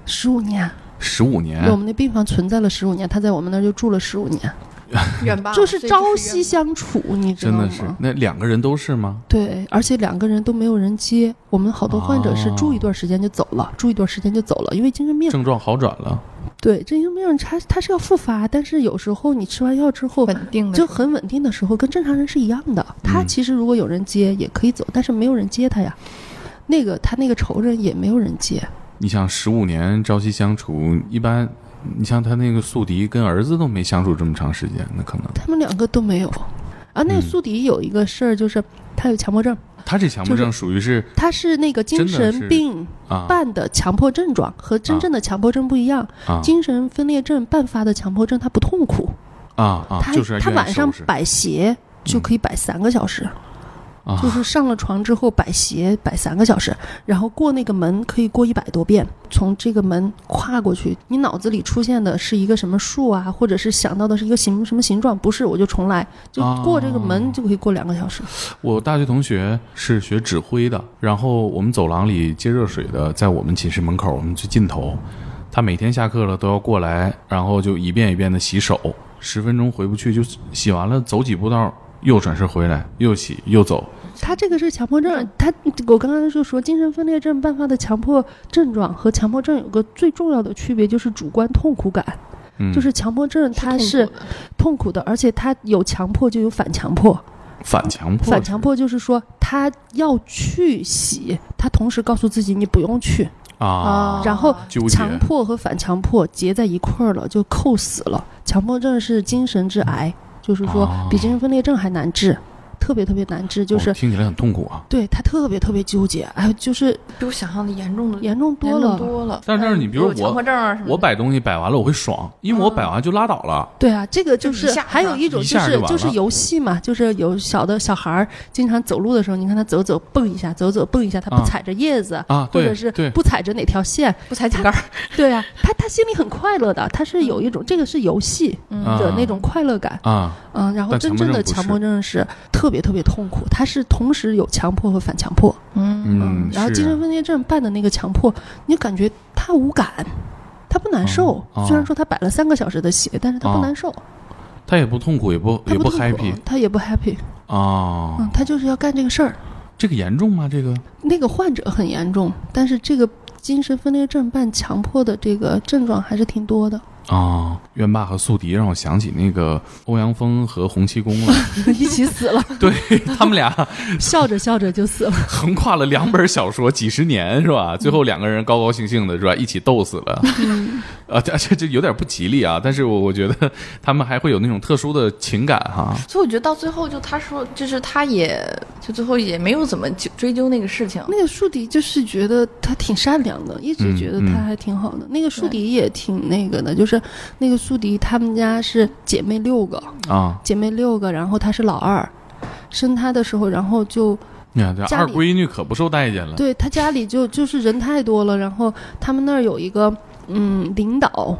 Speaker 2: 十五年，
Speaker 1: 十五年
Speaker 2: 对我们那病房存在了十五年，他在我们那儿就住了十五年，
Speaker 3: 远吧，
Speaker 2: 就是朝夕
Speaker 3: 夕。
Speaker 2: 相处，你知道
Speaker 1: 真
Speaker 2: 吗
Speaker 1: 的？是，那两个人都是吗？
Speaker 2: 对，而且两个人都没有人接。我们好多患者是
Speaker 1: 哦
Speaker 2: 住一段时间就走了，住一段时间就走了，因为精神病。
Speaker 1: 症状好转了，
Speaker 2: 对，精神病它它是要复发，但是有时候你吃完药之后。
Speaker 3: 稳定的
Speaker 2: 就很稳定的时候，跟正常人是一样的。他
Speaker 1: 嗯
Speaker 2: 其实如果有人接也可以走，但是没有人接他呀。那个他那个仇人也没有人接，
Speaker 1: 你想十五年朝夕相处，一般你像他那个宿敌跟儿子都没相处这么长时间，那可能
Speaker 2: 他们两个都没有。啊，
Speaker 1: 嗯
Speaker 2: 那个宿敌有一个事儿，就是他有强迫症，
Speaker 1: 他这强迫症属于是
Speaker 2: 他是那个精
Speaker 1: 真的是
Speaker 2: 神病
Speaker 1: 啊
Speaker 2: 伴的强迫症状，和真正的强迫症不一样。
Speaker 1: 啊
Speaker 2: 精神分裂症伴发的强迫症，他不痛苦，
Speaker 1: 啊啊，
Speaker 2: 他
Speaker 1: 就是
Speaker 2: 他
Speaker 1: 愿意
Speaker 2: 晚上
Speaker 1: 收拾
Speaker 2: 摆鞋就可以摆三个小时，
Speaker 1: 啊
Speaker 2: 就是上了床之后摆鞋摆三个小时，然后过那个门可以过一百多遍，从这个门跨过去，你脑子里出现的是一个什么树啊，或者是想到的是一个形什么形状，不是我就重来，就过这个
Speaker 1: 哦
Speaker 2: 门就可以过两个小时。
Speaker 1: 我大学同学是学指挥的，然后我们走廊里接热水的，在我们寝室门口，我们最尽头，他每天下课了都要过来，然后就一遍一遍的洗手，十分钟回不去，就洗完了走几步道，又转身回来，又洗又走，
Speaker 2: 他这个是强迫症，他我刚刚就说精神分裂症伴发的强迫症状和强迫症有个最重要的区别就是主观痛苦感，
Speaker 1: 嗯，
Speaker 2: 就是强迫症它是痛苦的，而且他有强迫就有反强迫，
Speaker 1: 反强迫，
Speaker 2: 反强迫就是说他要去洗，他同时告诉自己你不用去，
Speaker 1: 啊，
Speaker 2: 然后
Speaker 1: 纠结
Speaker 2: 强迫和反强迫结在一块儿了，就扣死了。强迫症是精神致癌，就是说
Speaker 1: 哦
Speaker 2: 比精神分裂症还难治，特别特别难治，就
Speaker 1: 哦
Speaker 2: 是。
Speaker 1: 听起来很痛苦啊。
Speaker 2: 对他特别特别纠结，哎，就是
Speaker 3: 比我想象的严重的
Speaker 2: 严重多
Speaker 3: 严重
Speaker 2: 了。
Speaker 3: 多了。嗯
Speaker 1: 但是但是你比如
Speaker 3: 有
Speaker 1: 我
Speaker 3: 强迫症
Speaker 2: 嗯
Speaker 3: 啊什么的，
Speaker 1: 我摆东西摆完了我会爽，因为我摆完就拉倒了。
Speaker 2: 对啊，这个就
Speaker 3: 就是一下
Speaker 2: 还有一种
Speaker 1: 一
Speaker 2: 就
Speaker 1: 下
Speaker 2: 是
Speaker 1: 就完
Speaker 2: 就是
Speaker 1: 了
Speaker 2: 游戏嘛，就是有小的小孩儿经常走路的时候，你看他走走蹦一下，走走蹦一下，他
Speaker 1: 啊
Speaker 2: 不踩着叶子，
Speaker 1: 啊，
Speaker 2: 嗯或
Speaker 1: 对
Speaker 2: 者是
Speaker 1: 对，
Speaker 2: 不踩着哪 条线，
Speaker 3: 不踩井盖儿，
Speaker 2: 对啊，他他心里很快乐的，他是有一种这个是游戏
Speaker 3: 嗯
Speaker 1: 啊
Speaker 2: 的那种快乐感，
Speaker 1: 啊，
Speaker 2: 嗯，然后
Speaker 1: 但
Speaker 2: 真
Speaker 1: 强迫症
Speaker 2: 正的
Speaker 1: 不是
Speaker 2: 强迫症是特别特别痛苦，他是同时有强迫和反强迫，
Speaker 3: 嗯
Speaker 1: 嗯，
Speaker 2: 然后
Speaker 1: 是
Speaker 2: 精神分裂症伴的那个强迫，你就感觉他无感。他不难受，
Speaker 1: 哦哦
Speaker 2: 虽然说他摆了三个小时的鞋，但是他
Speaker 1: 哦
Speaker 2: 不难受，
Speaker 1: 他也不痛苦，也不
Speaker 2: 他
Speaker 1: 也
Speaker 2: 不痛苦啊
Speaker 1: happy
Speaker 2: 他也不 happy，哦
Speaker 1: 啊。
Speaker 2: 嗯，他就是要干这个事儿。
Speaker 1: 这个严重吗？这个
Speaker 2: 那个患者很严重，但是这个精神分裂症伴强迫的这个症状还是挺多的。
Speaker 1: 啊，冤霸和宿敌让我想起那个欧阳锋和洪七公 了，
Speaker 2: 一起死了，
Speaker 1: 对他们俩
Speaker 2: 笑着笑着就死 了。
Speaker 1: 横跨了两本小说几十年是
Speaker 2: 嗯
Speaker 1: 吧？最后两个人高高兴兴的是吧？一起斗死了，
Speaker 2: 嗯
Speaker 1: 啊，这这这有点不吉利啊。但是我我觉得他们还会有那种特殊的情感哈，
Speaker 3: 所以我觉得到最后，就他说，就是他也就最后也没有怎么追追究那个事情。
Speaker 2: 那个树敌就是觉得他挺善良的，一直
Speaker 1: 嗯
Speaker 2: 觉得他
Speaker 1: 嗯
Speaker 2: 还挺好的。那个树敌也挺那个的，就是那个树敌他们家是姐妹六个，
Speaker 1: 啊，
Speaker 2: 姐妹六个，然后她是老二，生她的时候，然后就
Speaker 1: 你看这
Speaker 2: 家
Speaker 1: 啊二
Speaker 2: 里
Speaker 1: 闺女可不受待见了。
Speaker 2: 对她家里就就是人太多了，然后他们那儿有一个嗯领导。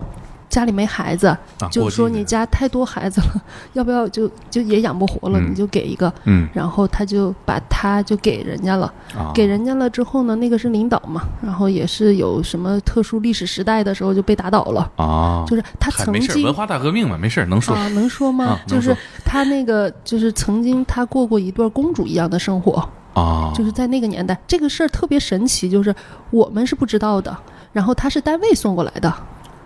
Speaker 2: 家里没孩子，
Speaker 1: 啊，
Speaker 2: 就
Speaker 1: 过
Speaker 2: 说
Speaker 1: 继的
Speaker 2: 你家太多孩子了，要不要就就也养不活了，
Speaker 1: 嗯
Speaker 2: 你就给一个，
Speaker 1: 嗯
Speaker 2: 然后他就把他就给人家了，
Speaker 1: 啊，
Speaker 2: 给人家了之后呢，那个是领导嘛，然后也是有什么特殊历史时代的时候就被打倒了，
Speaker 1: 啊，
Speaker 2: 就是他
Speaker 1: 嗨
Speaker 2: 曾
Speaker 1: 没事儿，
Speaker 2: 经
Speaker 1: 文化大革命嘛，没事儿，能说
Speaker 2: 啊，能说吗？
Speaker 1: 啊
Speaker 2: 就
Speaker 1: 能
Speaker 2: 是
Speaker 1: 说
Speaker 2: 他那个就是曾经他过过一段公主一样的生活，
Speaker 1: 啊，
Speaker 2: 就是在那个年代，这个事儿特别神奇，就是我们是不知道的。然后他是单位送过来的，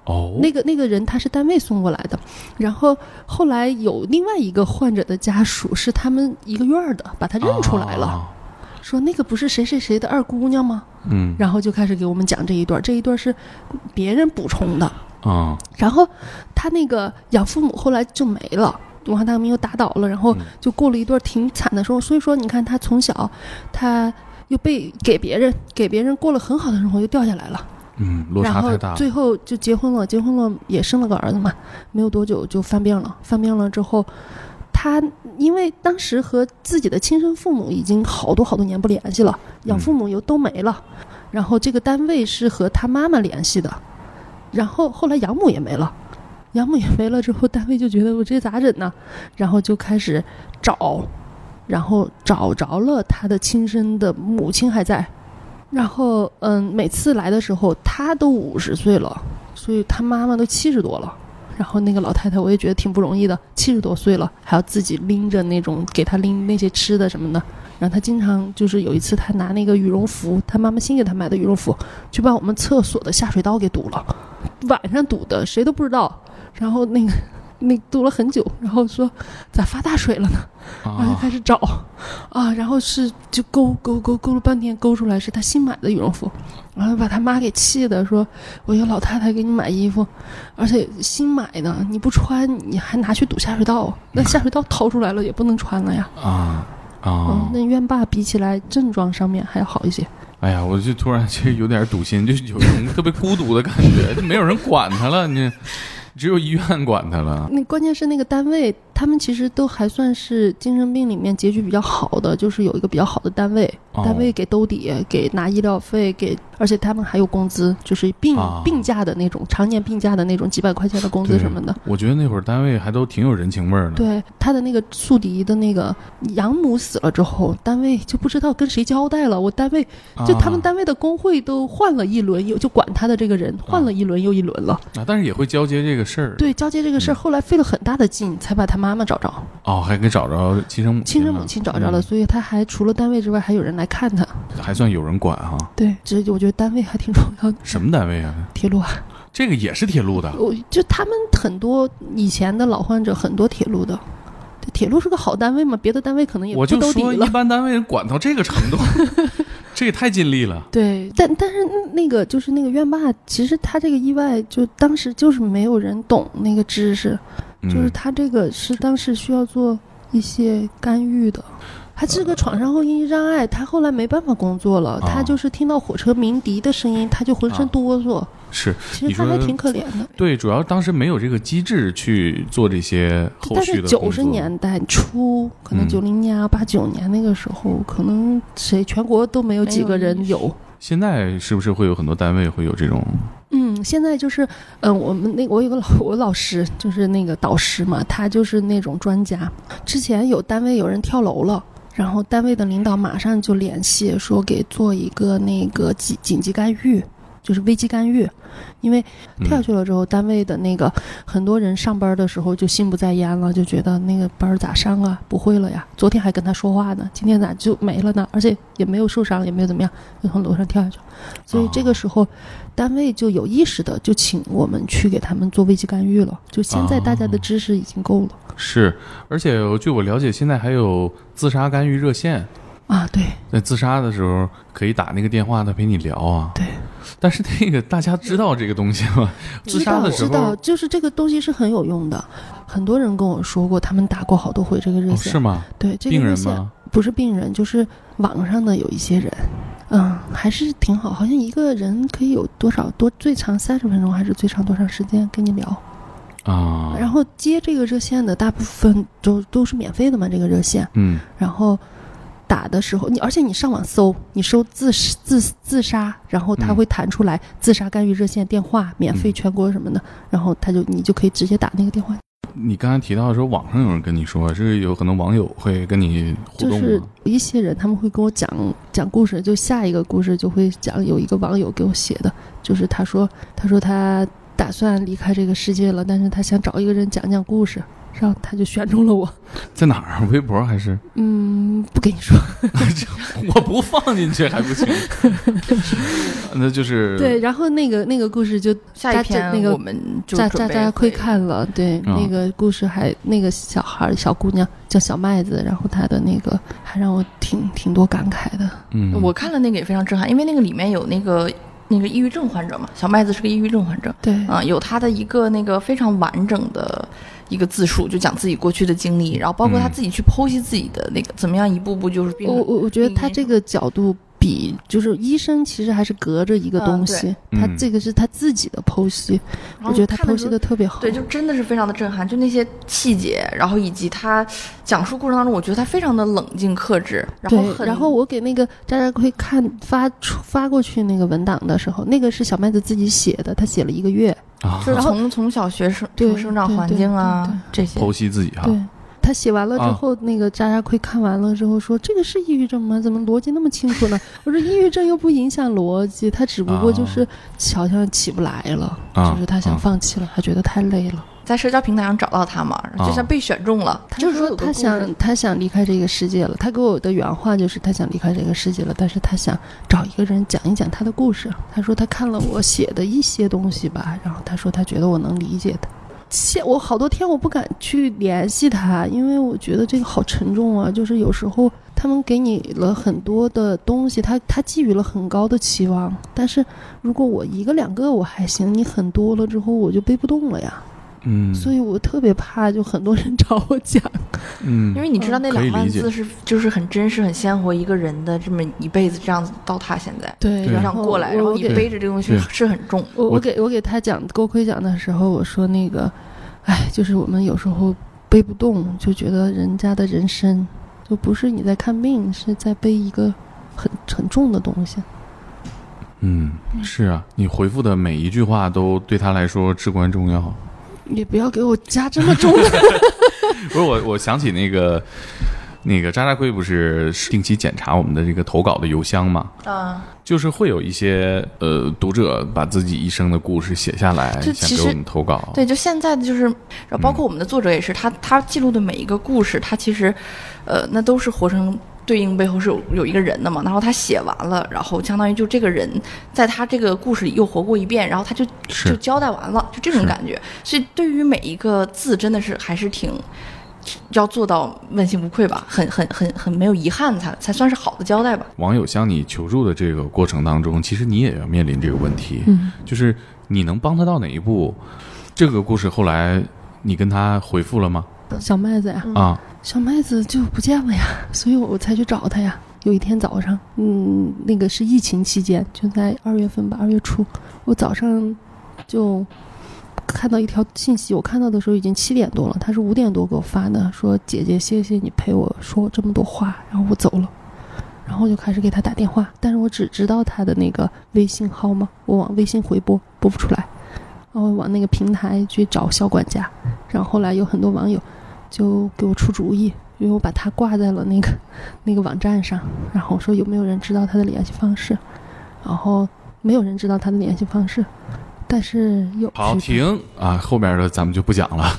Speaker 1: 哦，
Speaker 2: 那个那个人他是单位送过来的，然后后来有另外一个患者的家属是他们一个院儿的，把他认出来了，
Speaker 1: 啊，
Speaker 2: 说那个不是谁谁谁的二姑娘吗？
Speaker 1: 嗯
Speaker 2: 然后就开始给我们讲这一段，这一段是别人补充的。
Speaker 1: 啊
Speaker 2: 然后他那个养父母后来就没了，文化大革命又打倒了，
Speaker 1: 嗯
Speaker 2: 然后就过了一段挺惨的生活。所以说，你看他从小，他又被给别人给别人过了很好的生活，又掉下来了，
Speaker 1: 嗯，落
Speaker 2: 然
Speaker 1: 差
Speaker 2: 后
Speaker 1: 太大了，
Speaker 2: 最后就结婚了，结婚了也生了个儿子嘛，没有多久就犯病了，犯病了之后。他因为当时和自己的亲生父母已经好多好多年不联系了，养父母又都没了，然后这个单位是和他妈妈联系的，然后后来养母也没了，养母也没了之后，单位就觉得我这咋整呢？然后就开始找，然后找着了他的亲生的母亲还在，然后嗯，每次来的时候他都五十岁了，所以他妈妈都七十多了。然后那个老太太，我也觉得挺不容易的，七十多岁了，还要自己拎着那种给她拎那些吃的什么的。然后她经常就是有一次，她拿那个羽绒服，她妈妈新给她买的羽绒服，就把我们厕所的下水道给堵了，晚上堵的，谁都不知道。然后那个那堵了很久，然后说咋发大水了呢？然后就
Speaker 1: 啊
Speaker 2: 开始找，啊，然后是就勾勾勾勾了半天，勾出来是他新买的羽绒服，然后把他妈给气的说：“我一个老太太给你买衣服，而且新买的你不穿，你还拿去堵下水道，那下水道掏出来了也不能穿了呀。
Speaker 1: 啊啊
Speaker 2: 嗯，！那冤爸比起来症状上面还要好一些。
Speaker 1: 哎呀，我就突然就有点堵心，就 有一种特别孤独的感觉， 就没有人管他了，你只有医院管他了。
Speaker 2: 那关键是那个单位，他们其实都还算是精神病里面结局比较好的，就是有一个比较好的单位，
Speaker 1: 哦
Speaker 2: 单位给兜底，给拿医疗费，给，而且他们还有工资，就是病、
Speaker 1: 啊
Speaker 2: 病假的那种，常年病假的那种几百块钱的工资
Speaker 1: 对
Speaker 2: 什么的。
Speaker 1: 我觉得那会儿单位还都挺有人情味儿的。
Speaker 2: 对他的那个宿敌的那个养母死了之后，单位就不知道跟谁交代了。我单位
Speaker 1: 啊，
Speaker 2: 就他们单位的工会都换了一轮，又就管他的这个人换了一轮又一轮了。
Speaker 1: 啊，但是也会交接这个事儿。
Speaker 2: 对交接这个
Speaker 1: 嗯
Speaker 2: 事儿，后来费了很大的劲才把他妈妈找着。
Speaker 1: 哦，还给找着亲生母
Speaker 2: 亲生
Speaker 1: 了
Speaker 2: 母亲找着了，，所以他还除了单位之外，还有人来看他。
Speaker 1: 嗯还算有人管哈。
Speaker 2: 对，这我觉得单位还挺重要的。
Speaker 1: 什么单位啊？
Speaker 2: 铁路啊，
Speaker 1: 这个也是铁路的
Speaker 2: 我就他们很多以前的老患者，很多铁路的。对铁路是个好单位嘛，别的单位可能也不
Speaker 1: 我就
Speaker 2: 兜底
Speaker 1: 说，一
Speaker 2: 了。
Speaker 1: 般单位管到这个程 度，这也太尽力了。
Speaker 2: 对，但但是那个就是那个院坝，其实他这个意外，就当时就是没有人懂那个知识，就是
Speaker 1: 嗯，
Speaker 2: 他这个是当时需要做一些干预的。他是个创伤后应激障碍，他后来没办法工作了，
Speaker 1: 啊
Speaker 2: 他就是听到火车鸣笛的声音，他就浑身
Speaker 1: 啊
Speaker 2: 哆嗦。
Speaker 1: 是
Speaker 2: 其
Speaker 1: 你
Speaker 2: 实他
Speaker 1: 说
Speaker 2: 还挺可怜的。
Speaker 1: 对，主要当时没有这个机制去做这些后
Speaker 2: 但
Speaker 1: 续
Speaker 2: 是
Speaker 1: 的工作。
Speaker 2: 九十年代初，可能
Speaker 1: 嗯
Speaker 2: 九零年啊、八九年那个时候，可能谁全国都没有几个人有。
Speaker 1: 现在是不是会有很多单位会有这种
Speaker 2: 嗯，现在就是，嗯、我们那我有个老我老师，就是那个导师嘛，他就是那种专家。之前有单位有人跳楼了。然后单位的领导马上就联系，说给做一个那个紧紧急干预，就是危机干预，因为
Speaker 1: 嗯
Speaker 2: 跳下去了之后，单位的那个很多人上班的时候就心不在焉了，就觉得那个班儿咋上啊？不会了呀！昨天还跟他说话呢，今天咋就没了呢？而且也没有受伤，也没有怎么样，就从楼上跳下去了。所以这个时候，单位就有意识的就请我们去给他们做危机干预了。就现在大家的知识已经够了。
Speaker 1: 是，而且据我了解，现在还有自杀干预热线，
Speaker 2: 啊，对
Speaker 1: 在自杀的时候可以打那个电话，他陪你聊啊。
Speaker 2: 对，
Speaker 1: 但是那个大家知道这个东西吗？自
Speaker 2: 知
Speaker 1: 杀
Speaker 2: 道
Speaker 1: 的时
Speaker 2: 知道，
Speaker 1: 候
Speaker 2: 就是这个东西是很有用的。很多人跟我说过，他们打过好多回这个热
Speaker 1: 哦
Speaker 2: 线，
Speaker 1: 是吗？
Speaker 2: 对这个
Speaker 1: 病
Speaker 2: 热
Speaker 1: 人
Speaker 2: 线
Speaker 1: 吗？
Speaker 2: 不是病人，就是网上的有一些人，嗯，还是挺好，好像一个人可以有多少多最长三十分钟，还是最长多长时间跟你聊。
Speaker 1: 啊，
Speaker 2: 然后接这个热线的大部分都都是免费的嘛，这个热线，
Speaker 1: 嗯
Speaker 2: 然后。打的时候，你而且你上网搜，你搜自自自杀，然后它
Speaker 1: 嗯
Speaker 2: 会弹出来自杀干预热线电话，免费
Speaker 1: 嗯
Speaker 2: 全国什么的，然后他就你就可以直接打那个电话
Speaker 1: 你刚才提到说网上有人跟你说，是有可能网友会跟你互
Speaker 2: 就
Speaker 1: 动
Speaker 2: 是
Speaker 1: 吗？
Speaker 2: 有一些人他们会跟我讲讲故事，就下一个故事就会讲有一个网友给我写的，就是他说他说他打算离开这个世界了，但是他想找一个人讲讲故事，然后他就选中了我。
Speaker 1: 在哪儿？啊微博还是？
Speaker 2: 嗯，不跟你说，
Speaker 1: 我不放进去还不行？ 那就是
Speaker 2: 对，然后那个那个故事就
Speaker 3: 下一
Speaker 2: 大家
Speaker 3: 篇
Speaker 2: 那个
Speaker 3: 我们就
Speaker 2: 大
Speaker 3: 准
Speaker 2: 大
Speaker 3: 备
Speaker 2: 家
Speaker 3: 会
Speaker 2: 窥看了，对，
Speaker 1: 嗯
Speaker 2: 那个故事还那个小孩儿小姑娘叫小麦子，然后她的那个还让我挺挺多感慨的。
Speaker 1: 嗯，
Speaker 3: 我看了那个也非常震撼，因为那个里面有那个那个抑郁症患者嘛，小麦子是个抑郁症患者，
Speaker 2: 对，
Speaker 3: 啊、有他的一个那个非常完整的一个自述，就讲自己过去的经历，然后包括他
Speaker 1: 嗯
Speaker 3: 自己去剖析自己的那个怎么样一步步就是变
Speaker 2: 我
Speaker 3: 得。
Speaker 2: 我我觉得他这个角度比就是医生其实还是隔着一个东西，
Speaker 1: 嗯对
Speaker 2: 他这个是他自己的剖析，
Speaker 3: 然后
Speaker 2: 我觉得他
Speaker 3: 看
Speaker 2: 剖
Speaker 3: 时
Speaker 2: 析
Speaker 3: 候
Speaker 2: 的特别好。
Speaker 3: 对，就真的是非常的震撼，就那些细节，然后以及他讲述过程当中，我觉得他非常的冷静克制，然后
Speaker 2: 对，
Speaker 3: 很
Speaker 2: 然后我给那个渣渣会看发出发过去那个文档的时候，那个是小麦子自己写的，他写了一个月，
Speaker 1: 啊，
Speaker 3: 就是
Speaker 2: 然后
Speaker 3: 从从小学生
Speaker 2: 对
Speaker 3: 从生长
Speaker 2: 对
Speaker 3: 环
Speaker 2: 对
Speaker 3: 境啊这些，
Speaker 1: 剖析自己哈
Speaker 2: 对。他写完
Speaker 1: 啊
Speaker 2: 了之后，那个渣渣会看完了之后说：“这个是抑郁症吗？怎么逻辑那么清楚呢？” 我说：“抑郁症又不影响逻辑，他只不过就是好像起不来了，
Speaker 1: 啊
Speaker 2: 就是他想
Speaker 1: 啊
Speaker 2: 放弃了，他觉得太累了。”
Speaker 3: 在社交平台上找到他嘛，
Speaker 1: 啊
Speaker 3: 就像被选中了，
Speaker 2: 他
Speaker 3: 就是
Speaker 2: 说
Speaker 3: 有个
Speaker 2: 他
Speaker 3: 故
Speaker 2: 想
Speaker 1: 嗯
Speaker 3: 事
Speaker 2: 他想离开这个世界了。他给我的原话就是他想离开这个世界了，但是他想找一个人讲一讲他的故事。他说他看了我写的一些东西吧，然后他说他觉得我能理解他。现我好多天我不敢去联系他，因为我觉得这个好沉重啊。就是有时候他们给你了很多的东西，他他寄予了很高的期望，但是如果我一个两个我还行，你很多了之后我就背不动了呀。
Speaker 1: 嗯，
Speaker 2: 所以我特别怕，就很多人 找我讲。
Speaker 1: 嗯，
Speaker 3: 因为你知道那
Speaker 1: 可以
Speaker 3: 两万
Speaker 1: 理解
Speaker 3: 字是就是很真实、很鲜活一个人的这么一辈子这样子到他现在
Speaker 2: 对，
Speaker 1: 对
Speaker 3: 成
Speaker 2: 然
Speaker 3: 长
Speaker 2: 后
Speaker 3: 过来，
Speaker 2: 我
Speaker 3: 然后
Speaker 2: 我
Speaker 3: 你
Speaker 2: 给
Speaker 3: 背着这个东西
Speaker 1: 对
Speaker 3: 是很重。
Speaker 2: 我
Speaker 1: 我
Speaker 2: 我给我给他讲郭辉讲的时候，我说那个，哎，就是我们有时候背不动，就觉得人家的人生就不是你在看病，是在背一个很很重的东西。
Speaker 1: 嗯是啊，你回复的每一句话都对他来说至关重要。
Speaker 2: 你不要给我加这么重的。
Speaker 1: 不是我，我想起那个那个渣渣辉不是定期检查我们的这个投稿的邮箱嘛，
Speaker 2: 嗯
Speaker 3: 啊，
Speaker 1: 就是会有一些呃读者把自己一生的故事写下来，
Speaker 3: 就
Speaker 1: 想
Speaker 3: 其
Speaker 1: 给
Speaker 3: 实
Speaker 1: 我们投稿。
Speaker 3: 对，就现在的就是，然后包括我们的作者也是，他他记录的每一个故事，他其实，呃，那都是活生对应背后是有有一个人的嘛。然后他写完了，然后相当于就这个人在他这个故事里又活过一遍，然后他就是就交代完了，就这种
Speaker 1: 是
Speaker 3: 感觉。所以对于每一个字，真的是还是挺。要做到问心无愧吧，很很很很没有遗憾才才算是好的交代吧。
Speaker 1: 网友向你求助的这个过程当中，其实你也要面临这个问题，
Speaker 2: 嗯，
Speaker 1: 就是你能帮他到哪一步？这个故事后来你跟他回复了吗？
Speaker 2: 小麦子呀，
Speaker 3: 嗯
Speaker 1: 啊，
Speaker 2: 嗯小麦子就不见了呀，所以我才去找他呀。有一天早上，嗯，那个是疫情期间，就在二月份吧，二月初，我早上就看到一条信息，我看到的时候已经七点多了，他是五点多给我发的，说姐姐，谢谢你陪我说我这么多话，然后我走了。然后我就开始给他打电话，但是我只知道他的那个微信号码，我往微信回拨拨不出来，然后往那个平台去找小管家，然后后来有很多网友就给我出主意，因为我把他挂在了那个 那个网站上，然后我说有没有人知道他的联系方式，然后没有人知道他的联系方式，但是有
Speaker 1: 好，
Speaker 2: 知道
Speaker 1: 停啊，后边的咱们就不讲 了，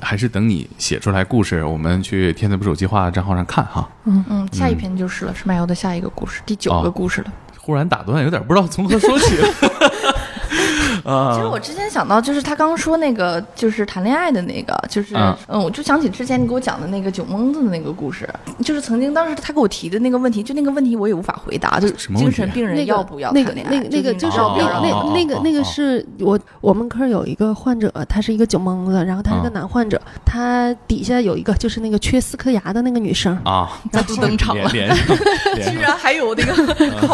Speaker 1: 还是等你写出来故事，我们去天才捕手计划账号上看哈。
Speaker 3: 嗯，下一篇就是了，是漫游的下一个故事，第九
Speaker 1: 哦
Speaker 3: 个故事了。
Speaker 1: 忽然打断，有点不知道从何说起。啊
Speaker 3: 其实我之前想到，就是他刚刚说那个，就是谈恋爱的那个，就是
Speaker 1: 嗯
Speaker 3: 嗯，我就想起之前你给我讲的那个酒蒙子的那个故事，就是曾经当时他给我提的那个问题，就那个问题我也无法回答，就是
Speaker 1: 什么问
Speaker 3: 精
Speaker 1: 题啊
Speaker 3: 神病人
Speaker 2: 那个
Speaker 3: 要不要
Speaker 2: 那
Speaker 3: 谈
Speaker 2: 个
Speaker 3: 恋爱？
Speaker 2: 那个那个就是
Speaker 3: 要不要
Speaker 2: 那
Speaker 3: 让
Speaker 1: 哦
Speaker 2: 那
Speaker 1: 哦哦
Speaker 2: 那个那
Speaker 1: 哦
Speaker 2: 个
Speaker 1: 哦
Speaker 2: 是我我们科有一个患者，他是一个酒蒙子，然后他是个
Speaker 1: 嗯
Speaker 2: 男患者，他底下有一个就是那个缺四颗牙的那个女生，
Speaker 1: 啊，
Speaker 3: 再度登场了，
Speaker 1: 连连上
Speaker 3: 居
Speaker 1: 连上
Speaker 3: 然还有那嗯个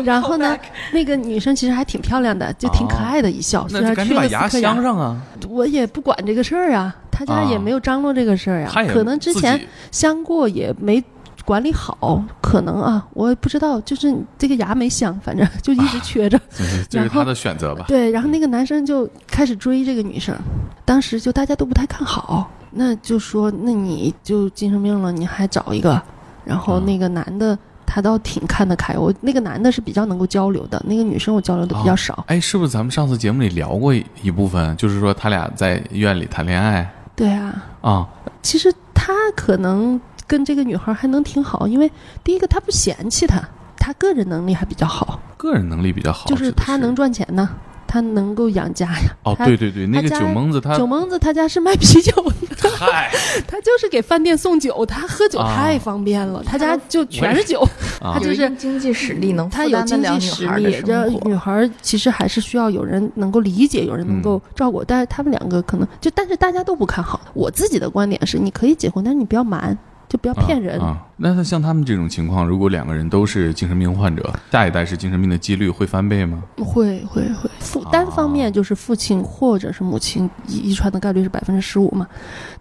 Speaker 3: call-
Speaker 2: 然后呢
Speaker 3: callback，
Speaker 2: 那个女生其实还挺漂亮的，就挺可爱的一笑，哦虽
Speaker 1: 哦那就
Speaker 2: 然
Speaker 1: 赶
Speaker 2: 缺
Speaker 1: 紧把
Speaker 2: 了
Speaker 1: 牙
Speaker 2: 四颗
Speaker 1: 镶
Speaker 2: 牙，
Speaker 1: 上啊！
Speaker 2: 我也不管这个事儿啊，他家也
Speaker 1: 啊
Speaker 2: 没有张罗这个事儿
Speaker 1: 他
Speaker 2: 啊，
Speaker 1: 也
Speaker 2: 可能之
Speaker 1: 自己
Speaker 2: 前镶过也没。管理好，可能啊，我也不知道，就是你这个牙没镶，反正就
Speaker 1: 啊
Speaker 2: 一直缺着。
Speaker 1: 这是这是
Speaker 2: 然后
Speaker 1: 他的选择吧？
Speaker 2: 对，然后那个男生就开始追这个女生，当时就大家都不太看好，那就说那你就精神病了，你还找一个。然后
Speaker 1: 嗯
Speaker 2: 那个男的他倒挺看得开，我那个男的是比较能够交流的，那个女生我交流的比较少。
Speaker 1: 哎，是不是咱们上次节目里聊过一一部分，就是说他俩在医院里谈恋爱
Speaker 2: 对啊，
Speaker 1: 啊？
Speaker 2: 其实他可能跟这个女孩还能挺好，因为第一个他不嫌弃她，他个人能力还比较好，
Speaker 1: 个人能力比较好，
Speaker 2: 就是
Speaker 1: 指的
Speaker 2: 他能赚钱呢，他能够养家呀。
Speaker 1: 哦，
Speaker 2: 他
Speaker 1: 对对对，那个
Speaker 2: 家
Speaker 1: 酒蒙子他
Speaker 2: 酒蒙子他家是卖啤酒的。
Speaker 1: 嗨
Speaker 2: 他就是给饭店送酒，他喝酒
Speaker 1: 啊
Speaker 2: 太方便了，他家就全是酒，
Speaker 1: 啊
Speaker 2: 他就
Speaker 3: 有一
Speaker 2: 是
Speaker 3: 定经济实力能
Speaker 2: 他
Speaker 3: 负
Speaker 2: 有
Speaker 3: 担得
Speaker 2: 经
Speaker 3: 了
Speaker 2: 济
Speaker 3: 女
Speaker 2: 实
Speaker 3: 孩的
Speaker 2: 力，这
Speaker 3: 生活
Speaker 2: 女孩儿其实还是需要有人能够理解，
Speaker 1: 嗯
Speaker 2: 有人能够照顾，但是他们两个可能就，但是大家都不看好。我自己的观点是，你可以结婚，但是你不要瞒，就不要骗人。
Speaker 1: 啊啊那他像他们这种情况，如果两个人都是精神病患者，下一代是精神病的几率会翻倍吗？
Speaker 2: 会会会，父
Speaker 1: 啊
Speaker 2: 单方面就是父亲或者是母亲遗遗传的概率是百分之十五嘛。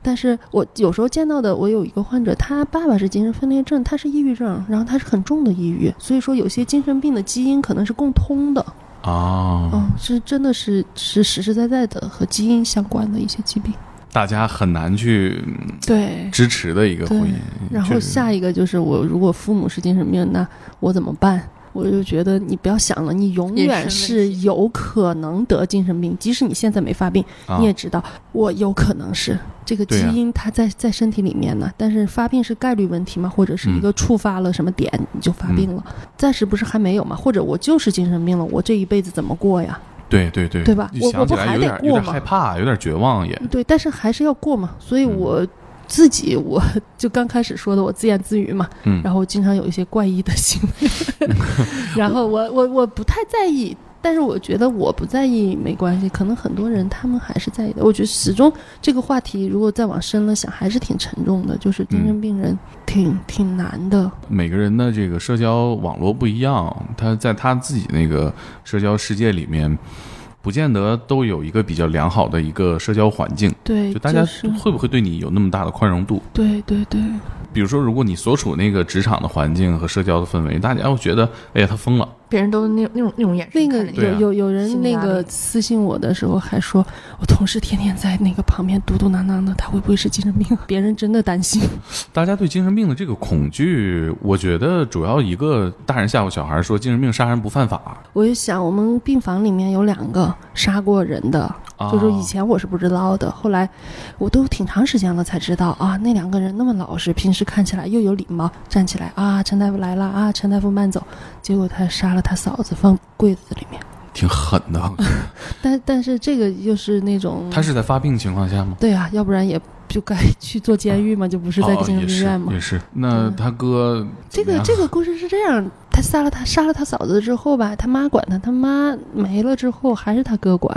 Speaker 2: 但是我有时候见到的，我有一个患者，他爸爸是精神分裂症，他是抑郁症，然后他是很重的抑郁，所以说有些精神病的基因可能是共通的，
Speaker 1: 啊，
Speaker 2: 嗯，是真的是是实实在在的和基因相关的一些疾病。
Speaker 1: 大家很难去嗯
Speaker 2: 对。
Speaker 1: 支持的一个婚姻。
Speaker 2: 然后
Speaker 1: 确实
Speaker 2: 下一个就是我，如果父母是精神病，那我怎么办？我就觉得你不要想了，你永
Speaker 3: 也
Speaker 2: 远
Speaker 3: 是问
Speaker 2: 是有可能得精神病，即使你现在没发病，
Speaker 1: 啊
Speaker 2: 你也知道，我有可能是这个
Speaker 1: 对啊
Speaker 2: 基
Speaker 1: 呀
Speaker 2: 因它在、在身体里面呢，但是发病是概率问题嘛，或者是一
Speaker 1: 嗯
Speaker 2: 个触发了什么点、你就发病了，暂时不是还没有嘛，或者我就是精神病了，我这一辈子怎么过呀？
Speaker 1: 对对对，
Speaker 2: 对吧
Speaker 1: 就
Speaker 2: 我
Speaker 1: 想
Speaker 2: 我
Speaker 1: 起
Speaker 2: 不
Speaker 1: 来
Speaker 2: 还
Speaker 1: 有
Speaker 2: 得
Speaker 1: 点有
Speaker 2: 过
Speaker 1: 点
Speaker 2: 吗
Speaker 1: 害怕，有点绝望也。
Speaker 2: 对，但是还是要过嘛，所以
Speaker 1: 嗯
Speaker 2: 我自己我 就刚开始说的，我自言自语嘛，
Speaker 1: 嗯
Speaker 2: 然后经常有一些怪异的行为， 然后我我我不太在意，但是我觉得我不在意没关系，可能很多人他们还是在意的。我觉得始终这个话题如果再往深了想，还是挺沉重的，就是精
Speaker 1: 嗯
Speaker 2: 神病人挺、挺难的。
Speaker 1: 每个人的这个社交网络不一样，他在他自己那个社交世界里面，不见得都有一个比较良好的一个社交环境。
Speaker 2: 对，
Speaker 1: 就大家
Speaker 2: 哎是
Speaker 1: 会不会对你有那么大的宽容度？
Speaker 2: 对对对，
Speaker 1: 比如说，如果你所处那个职场的环境和社交的氛围，大家会觉得，哎呀，他疯了，
Speaker 3: 别人都那那种那种眼神
Speaker 2: 那
Speaker 3: 看
Speaker 2: 个
Speaker 3: 着你，
Speaker 1: 对啊
Speaker 2: 有有有人
Speaker 3: 心理
Speaker 2: 那
Speaker 3: 压
Speaker 2: 个
Speaker 3: 力
Speaker 2: 私信我的时候还说，我同事天天在那个旁边嘟嘟囔囔的，他会不会是精神病？别人真的担心。
Speaker 1: 大家对精神病的这个恐惧，我觉得主要一个大人吓唬小孩说精神病杀人不犯法，
Speaker 2: 我就想，我们病房里面有两个杀过人的，
Speaker 1: 啊、
Speaker 2: 就是以前我是不知道的，后来我都挺长时间了才知道啊，那两个人那么老实，平时看起来又有礼貌，站起来啊，陈大夫来了啊，陈大夫慢走，结果他杀了他嫂子，放柜子里面。
Speaker 1: 啊挺狠的，
Speaker 2: 嗯但但是这个又是那种，
Speaker 1: 他是在发病情况下吗？
Speaker 2: 对啊，要不然也就该去坐监狱嘛，就不是在
Speaker 1: 哦
Speaker 2: 精神病院嘛。
Speaker 1: 也是，也是。那
Speaker 2: 对
Speaker 1: 他哥
Speaker 2: 这
Speaker 1: 怎么样
Speaker 2: 个这个故事是这样，他杀了他杀了他嫂子之后吧，他妈管他，他妈没了之后还是他哥管，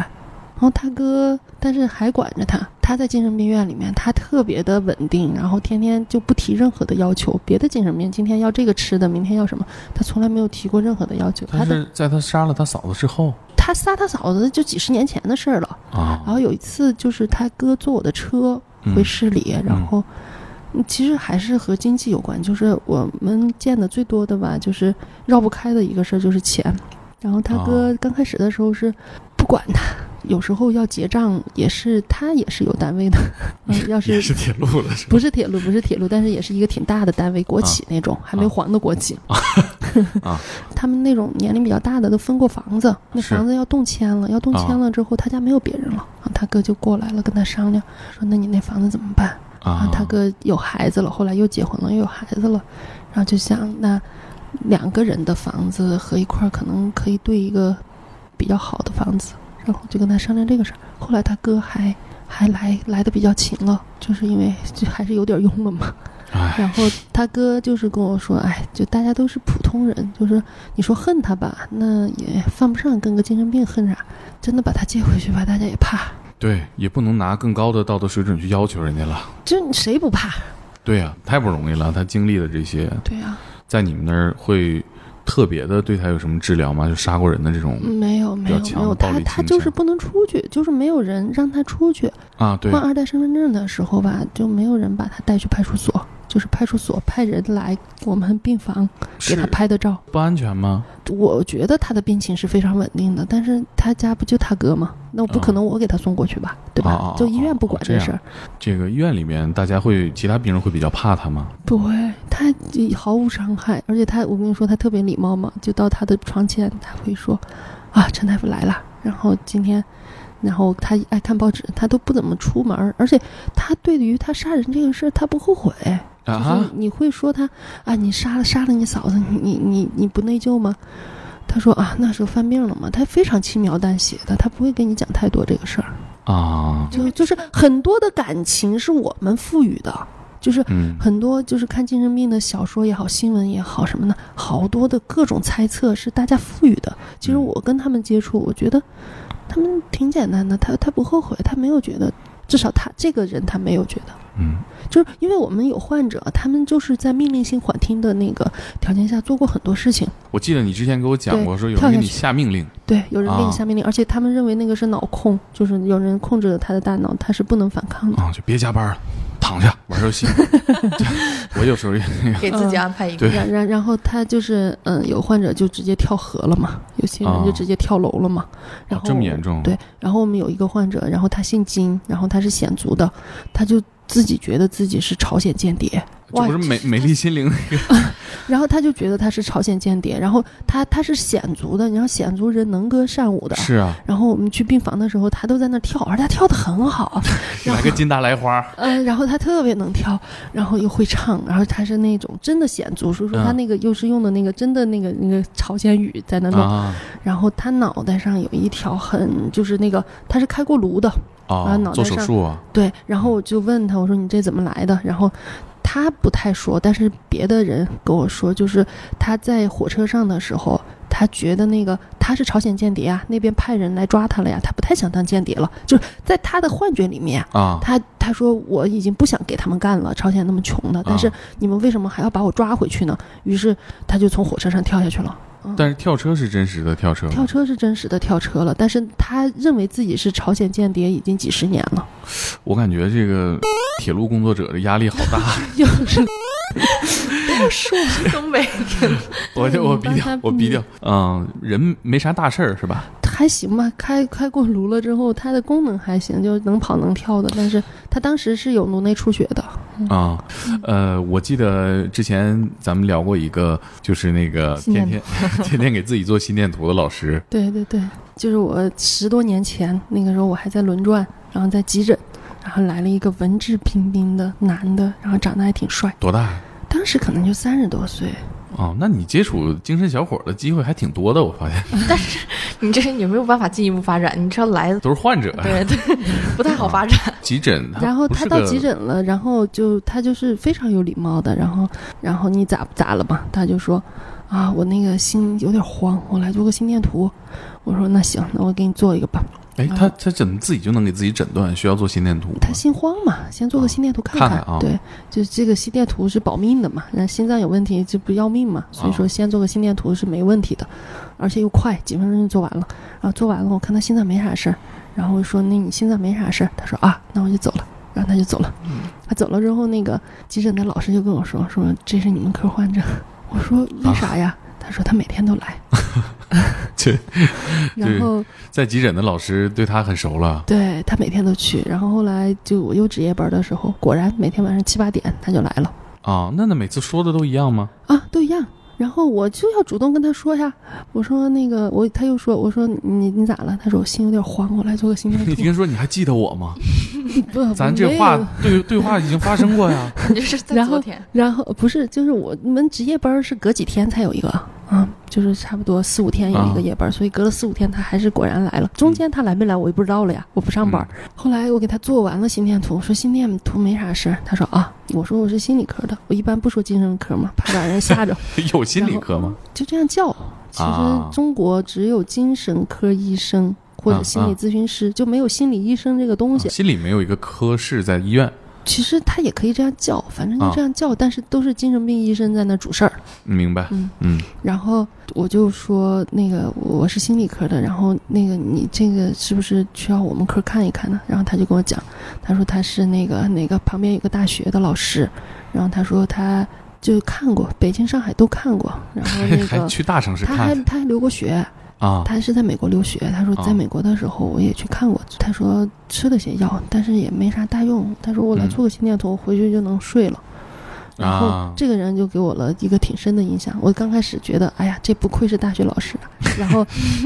Speaker 2: 然后他哥但是还管着他，他在精神病院里面他特别的稳定，然后天天就不提任何的要求，别的精神病今天要这个吃的，明天要什么，他从来没有提过任何的要求，他
Speaker 1: 他
Speaker 2: 的
Speaker 1: 是在他杀了他嫂子之后
Speaker 2: 他杀他嫂子就几十年前的事儿了，
Speaker 1: 啊，
Speaker 2: 然后有一次就是他哥坐我的车，
Speaker 1: 嗯
Speaker 2: 回市里，然后嗯其实还是和经济有关，就是我们见的最多的吧，就是绕不开的一个事儿就是钱。然后他哥
Speaker 1: 哦
Speaker 2: 刚开始的时候是不管他，有时候要结账也是他也是有单位的，嗯，要
Speaker 1: 也
Speaker 2: 是
Speaker 1: 是铁路了，是吧？
Speaker 2: 不是铁路不是铁路，但是也是一个挺大的单位，国企那种，还没黄的国企。
Speaker 1: 啊
Speaker 2: 他们那种年龄比较大的都分过房子，那
Speaker 1: 是啊
Speaker 2: 房子要动迁了，要动迁了之后，他家没有别人了，啊他哥就过来了，跟他商量说：“那你那房子怎么办？”
Speaker 1: 啊
Speaker 2: 啊，，他哥有孩子了，后来又结婚了，又有孩子了，然后就想那两个人的房子合一块儿，可能可以对一个比较好的房子。然后就跟他商量这个事儿。后来他哥还还来来的比较勤了，就是因为就还是有点用了嘛。
Speaker 1: 哎，
Speaker 2: 然后他哥就是跟我说，哎，就大家都是普通人，就是你说恨他吧，那也犯不上，跟个精神病恨啥。真的把他接回去吧，大家也怕，
Speaker 1: 对，也不能拿更高的道德水准去要求人家了。
Speaker 2: 就谁不怕？
Speaker 1: 对呀、太不容易了，他经历的这些，
Speaker 2: 对啊呀、
Speaker 1: 在你们那儿会特别的对他有什么治疗吗？就杀过人的这种、
Speaker 2: 没有没有
Speaker 1: 比较
Speaker 2: 没
Speaker 1: 强的
Speaker 2: 有，
Speaker 1: 暴
Speaker 2: 他
Speaker 1: 力
Speaker 2: 他
Speaker 1: 倾
Speaker 2: 就是
Speaker 1: 向
Speaker 2: 不能出去，就是没有人让他出去。
Speaker 1: 啊？对
Speaker 2: 换，二代身份证的时候吧，就没有人把他带去派出所，就是派出所派人来我们病房给
Speaker 1: 是
Speaker 2: 他拍的照。
Speaker 1: 不安全吗？
Speaker 2: 我觉得他的病情是非常稳定的，但是他家不就他哥吗？那我不可
Speaker 1: 嗯
Speaker 2: 能我给他送过去吧，对吧？
Speaker 1: 哦哦
Speaker 2: 就医院不管
Speaker 1: 哦这样
Speaker 2: 事儿，
Speaker 1: 这个医院里面，大家会其他病人会比较怕他吗？
Speaker 2: 不会，他毫无伤害，而且他，我跟你说，他特别礼貌嘛，就到他的床前，他会说，啊，陈大夫来了，然后今天，然后他爱看报纸，他都不怎么出门儿，而且他对于他杀人这个事儿，他不后悔，
Speaker 1: 啊
Speaker 2: 就
Speaker 1: 哈
Speaker 2: 是，你会说他啊，你杀了杀了你嫂子，你你你你不内疚吗？他说啊，那时候犯病了嘛，他非常轻描淡写的，他不会跟你讲太多这个事儿，
Speaker 1: 啊，
Speaker 2: 就就是很多的感情是我们赋予的，就是
Speaker 1: 嗯，
Speaker 2: 很多就是看精神病的小说也好，新闻也好什么的，好多的各种猜测是大家赋予的。其实
Speaker 1: 嗯
Speaker 2: 我跟他们接触，我觉得他们挺简单的，他他不后悔，他没有觉得，至少他这个人他没有觉得，
Speaker 1: 嗯，
Speaker 2: 就是因为我们有患者，他们就是在命令性缓听的那个条件下做过很多事情。
Speaker 1: 我记得你之前给我讲
Speaker 2: 对
Speaker 1: 过，说有
Speaker 2: 跳
Speaker 1: 人
Speaker 2: 下
Speaker 1: 给你
Speaker 2: 去
Speaker 1: 下命令，
Speaker 2: 对，有人给
Speaker 1: 啊
Speaker 2: 你下命令，而且他们认为那个是脑控，就是有人控制了他的大脑，他是不能反抗的。
Speaker 1: 啊，就别加班了，躺下玩游 戏。 我有时候也
Speaker 3: 给自己安排 一个
Speaker 1: 对
Speaker 2: 然然然后他就是嗯，有患者就直接跳河了嘛，有些人
Speaker 1: 啊
Speaker 2: 就直接跳楼了嘛。然后、
Speaker 1: 哦这么严重啊哦
Speaker 2: 对，然后我们有一个患者，然后他姓金，然后他是显族的，他就自己觉得自己是朝鲜间谍，
Speaker 1: 这不是美美丽心 灵那个
Speaker 2: 然后他就觉得他是朝鲜间谍，然后他他是显族的，你让显族人能歌善舞的。
Speaker 1: 是啊，
Speaker 2: 然后我们去病房的时候，他都在那跳，而他跳的很好，然
Speaker 1: 来
Speaker 2: 后
Speaker 1: 个金达莱花，
Speaker 2: 嗯，然后他特别能跳，然后又会唱，然后他是那种真的显族，叔叔他
Speaker 1: 嗯
Speaker 2: 那个又是用的那个真的那个那个朝鲜语在那弄，
Speaker 1: 啊
Speaker 2: 然后他脑袋上有一条很就是那个他是开过颅的，
Speaker 1: 啊
Speaker 2: 脑，袋
Speaker 1: 做手
Speaker 2: 上
Speaker 1: 术啊，
Speaker 2: 对，然后我就问他，我说你这怎么来的？然后他不太说，但是别的人跟我说，就是他在火车上的时候，他觉得那个他是朝鲜间谍啊，那边派人来抓他了呀，他不太想当间谍了，就是在他的幻觉里面。
Speaker 1: 啊，
Speaker 2: 他他说我已经不想给他们干了，朝鲜那么穷的，但是
Speaker 1: 啊
Speaker 2: 你们为什么还要把我抓回去呢？于是他就从火车上跳下去了。
Speaker 1: 但是跳车是真实的跳车吗，
Speaker 2: 跳车是真实的跳车了，但是他认为自己是朝鲜间谍已经几十年了，
Speaker 1: 我感觉这个铁路工作者的压力好 大，
Speaker 2: 又是
Speaker 3: 东 北。
Speaker 1: 我就我逼
Speaker 2: 嗯
Speaker 1: 掉
Speaker 2: 帮他
Speaker 1: 我逼掉，嗯，人没啥大事儿是吧？
Speaker 2: 还行吧，开开过颅了之后，它的功能还行，就能跑能跳的。但是他当时是有颅内出血的，
Speaker 1: 啊，
Speaker 2: 嗯
Speaker 1: 呃，我记得之前咱们聊过一个，就是那个
Speaker 2: 心
Speaker 1: 天
Speaker 2: 电
Speaker 1: 天天 天给自己做心电图的老师，
Speaker 2: 对对对，就是我十多年前那个时候，我还在轮转，然后在急诊，然后来了一个文质彬彬的男的，然后长得还挺帅，
Speaker 1: 多大呀？
Speaker 2: 当时可能就三十多岁，
Speaker 1: 哦，那你接触精神小伙的机会还挺多的，我发现
Speaker 3: 你这也没有办法进一步发展，你知道来的
Speaker 1: 都是患者。啊
Speaker 3: 对对，不太好发展。
Speaker 1: 急诊，
Speaker 2: 然后
Speaker 1: 不
Speaker 2: 他
Speaker 1: 是
Speaker 2: 到
Speaker 1: 个
Speaker 2: 急诊了，然后就他就是非常有礼貌的，然后然后你咋咋了吧？他就说啊，我那个心有点慌，我来做个心电图。我说那行，那我给你做一个吧。
Speaker 1: 哎，他他怎么自己就能给自己诊断需要做心电图吗？
Speaker 2: 嗯他心慌嘛，先做个心电图看
Speaker 1: 哦看看啊
Speaker 2: 对，就这个心电图是保命的嘛，那心脏有问题这不要命
Speaker 1: 哦
Speaker 2: 嘛，所以说先做个心电图是没问题的，而且又快，几分钟就做完了。然后做完了，我看他心脏没啥事儿，然后我说那你心脏没啥事儿，他说啊，那我就走了，然后他就走了。
Speaker 1: 嗯
Speaker 2: 他走了之后，那个急诊的老师就跟我说说这是你们科患者，我
Speaker 1: 啊
Speaker 2: 说为啥呀？他说他每天都来，
Speaker 1: 这
Speaker 2: 然后
Speaker 1: 在急诊的老师对他很熟了
Speaker 2: 对他每天都去，然后后来就我又值夜班的时候，果然每天晚上七八点他就来了。
Speaker 1: 啊、那那每次说的都一样吗？
Speaker 2: 啊，都一样。然后我就要主动跟他说呀，我说那个我，他又说，我说你你咋了？他说我心有点慌，我来做个心电
Speaker 1: 你
Speaker 2: 图。
Speaker 1: 听说你还记得我 吗？
Speaker 2: 不，
Speaker 1: 咱
Speaker 2: 没
Speaker 1: 这
Speaker 2: 有
Speaker 1: 话对对话已经发 生过呀。
Speaker 3: 你这是在
Speaker 2: 然
Speaker 3: 昨
Speaker 2: 后啊
Speaker 3: 天，
Speaker 2: 然后不是，就是我们值夜班是隔几天才有一个，啊，就是差不多四五天
Speaker 1: 啊
Speaker 2: 有一个夜班，所以隔了四五天他还是果然来了。中间他来没来我也不知道了呀，我不上班。
Speaker 1: 嗯
Speaker 2: 后来我给他做完了心电图，我说心电图没啥事儿，他说啊，我说我是心理科的，我一般不说精神科嘛，怕把人吓 着，
Speaker 1: 有心理科吗？
Speaker 2: 就这样叫。其实
Speaker 1: 啊
Speaker 2: 中国只有精神科医生或者心理咨询师，就没有心理医生这个东
Speaker 1: 啊
Speaker 2: 西。
Speaker 1: 心理没有一个科室在医院，
Speaker 2: 其实他也可以这样叫，反
Speaker 1: 啊
Speaker 2: 正就这样叫，但是都是精神病医生在那主事儿。
Speaker 1: 明白？
Speaker 2: 嗯
Speaker 1: 嗯
Speaker 2: 然后我就说那个我是心理科的，然后那个你这个是不是需要我们科看一看呢？然后他就跟我讲，他说他是那个哪个旁边有个大学的老师，然后他说他就看过北京、上海都看过，然后
Speaker 1: 还
Speaker 2: 那
Speaker 1: 还
Speaker 2: 个
Speaker 1: 去大城市
Speaker 2: 他还
Speaker 1: 看
Speaker 2: 他还留过学，
Speaker 1: 啊？
Speaker 2: 他是在美国留学，他说
Speaker 1: 哦
Speaker 2: 在美国的时候我也去看过，他说吃了些药，但是也没啥大用。他说我来
Speaker 1: 嗯
Speaker 2: 做个心电图，我回去就能睡了。然后
Speaker 1: 啊
Speaker 2: 这个人就给我了一个挺深的印象。我刚开始觉得，哎呀，这不愧是大学老师啊。 然后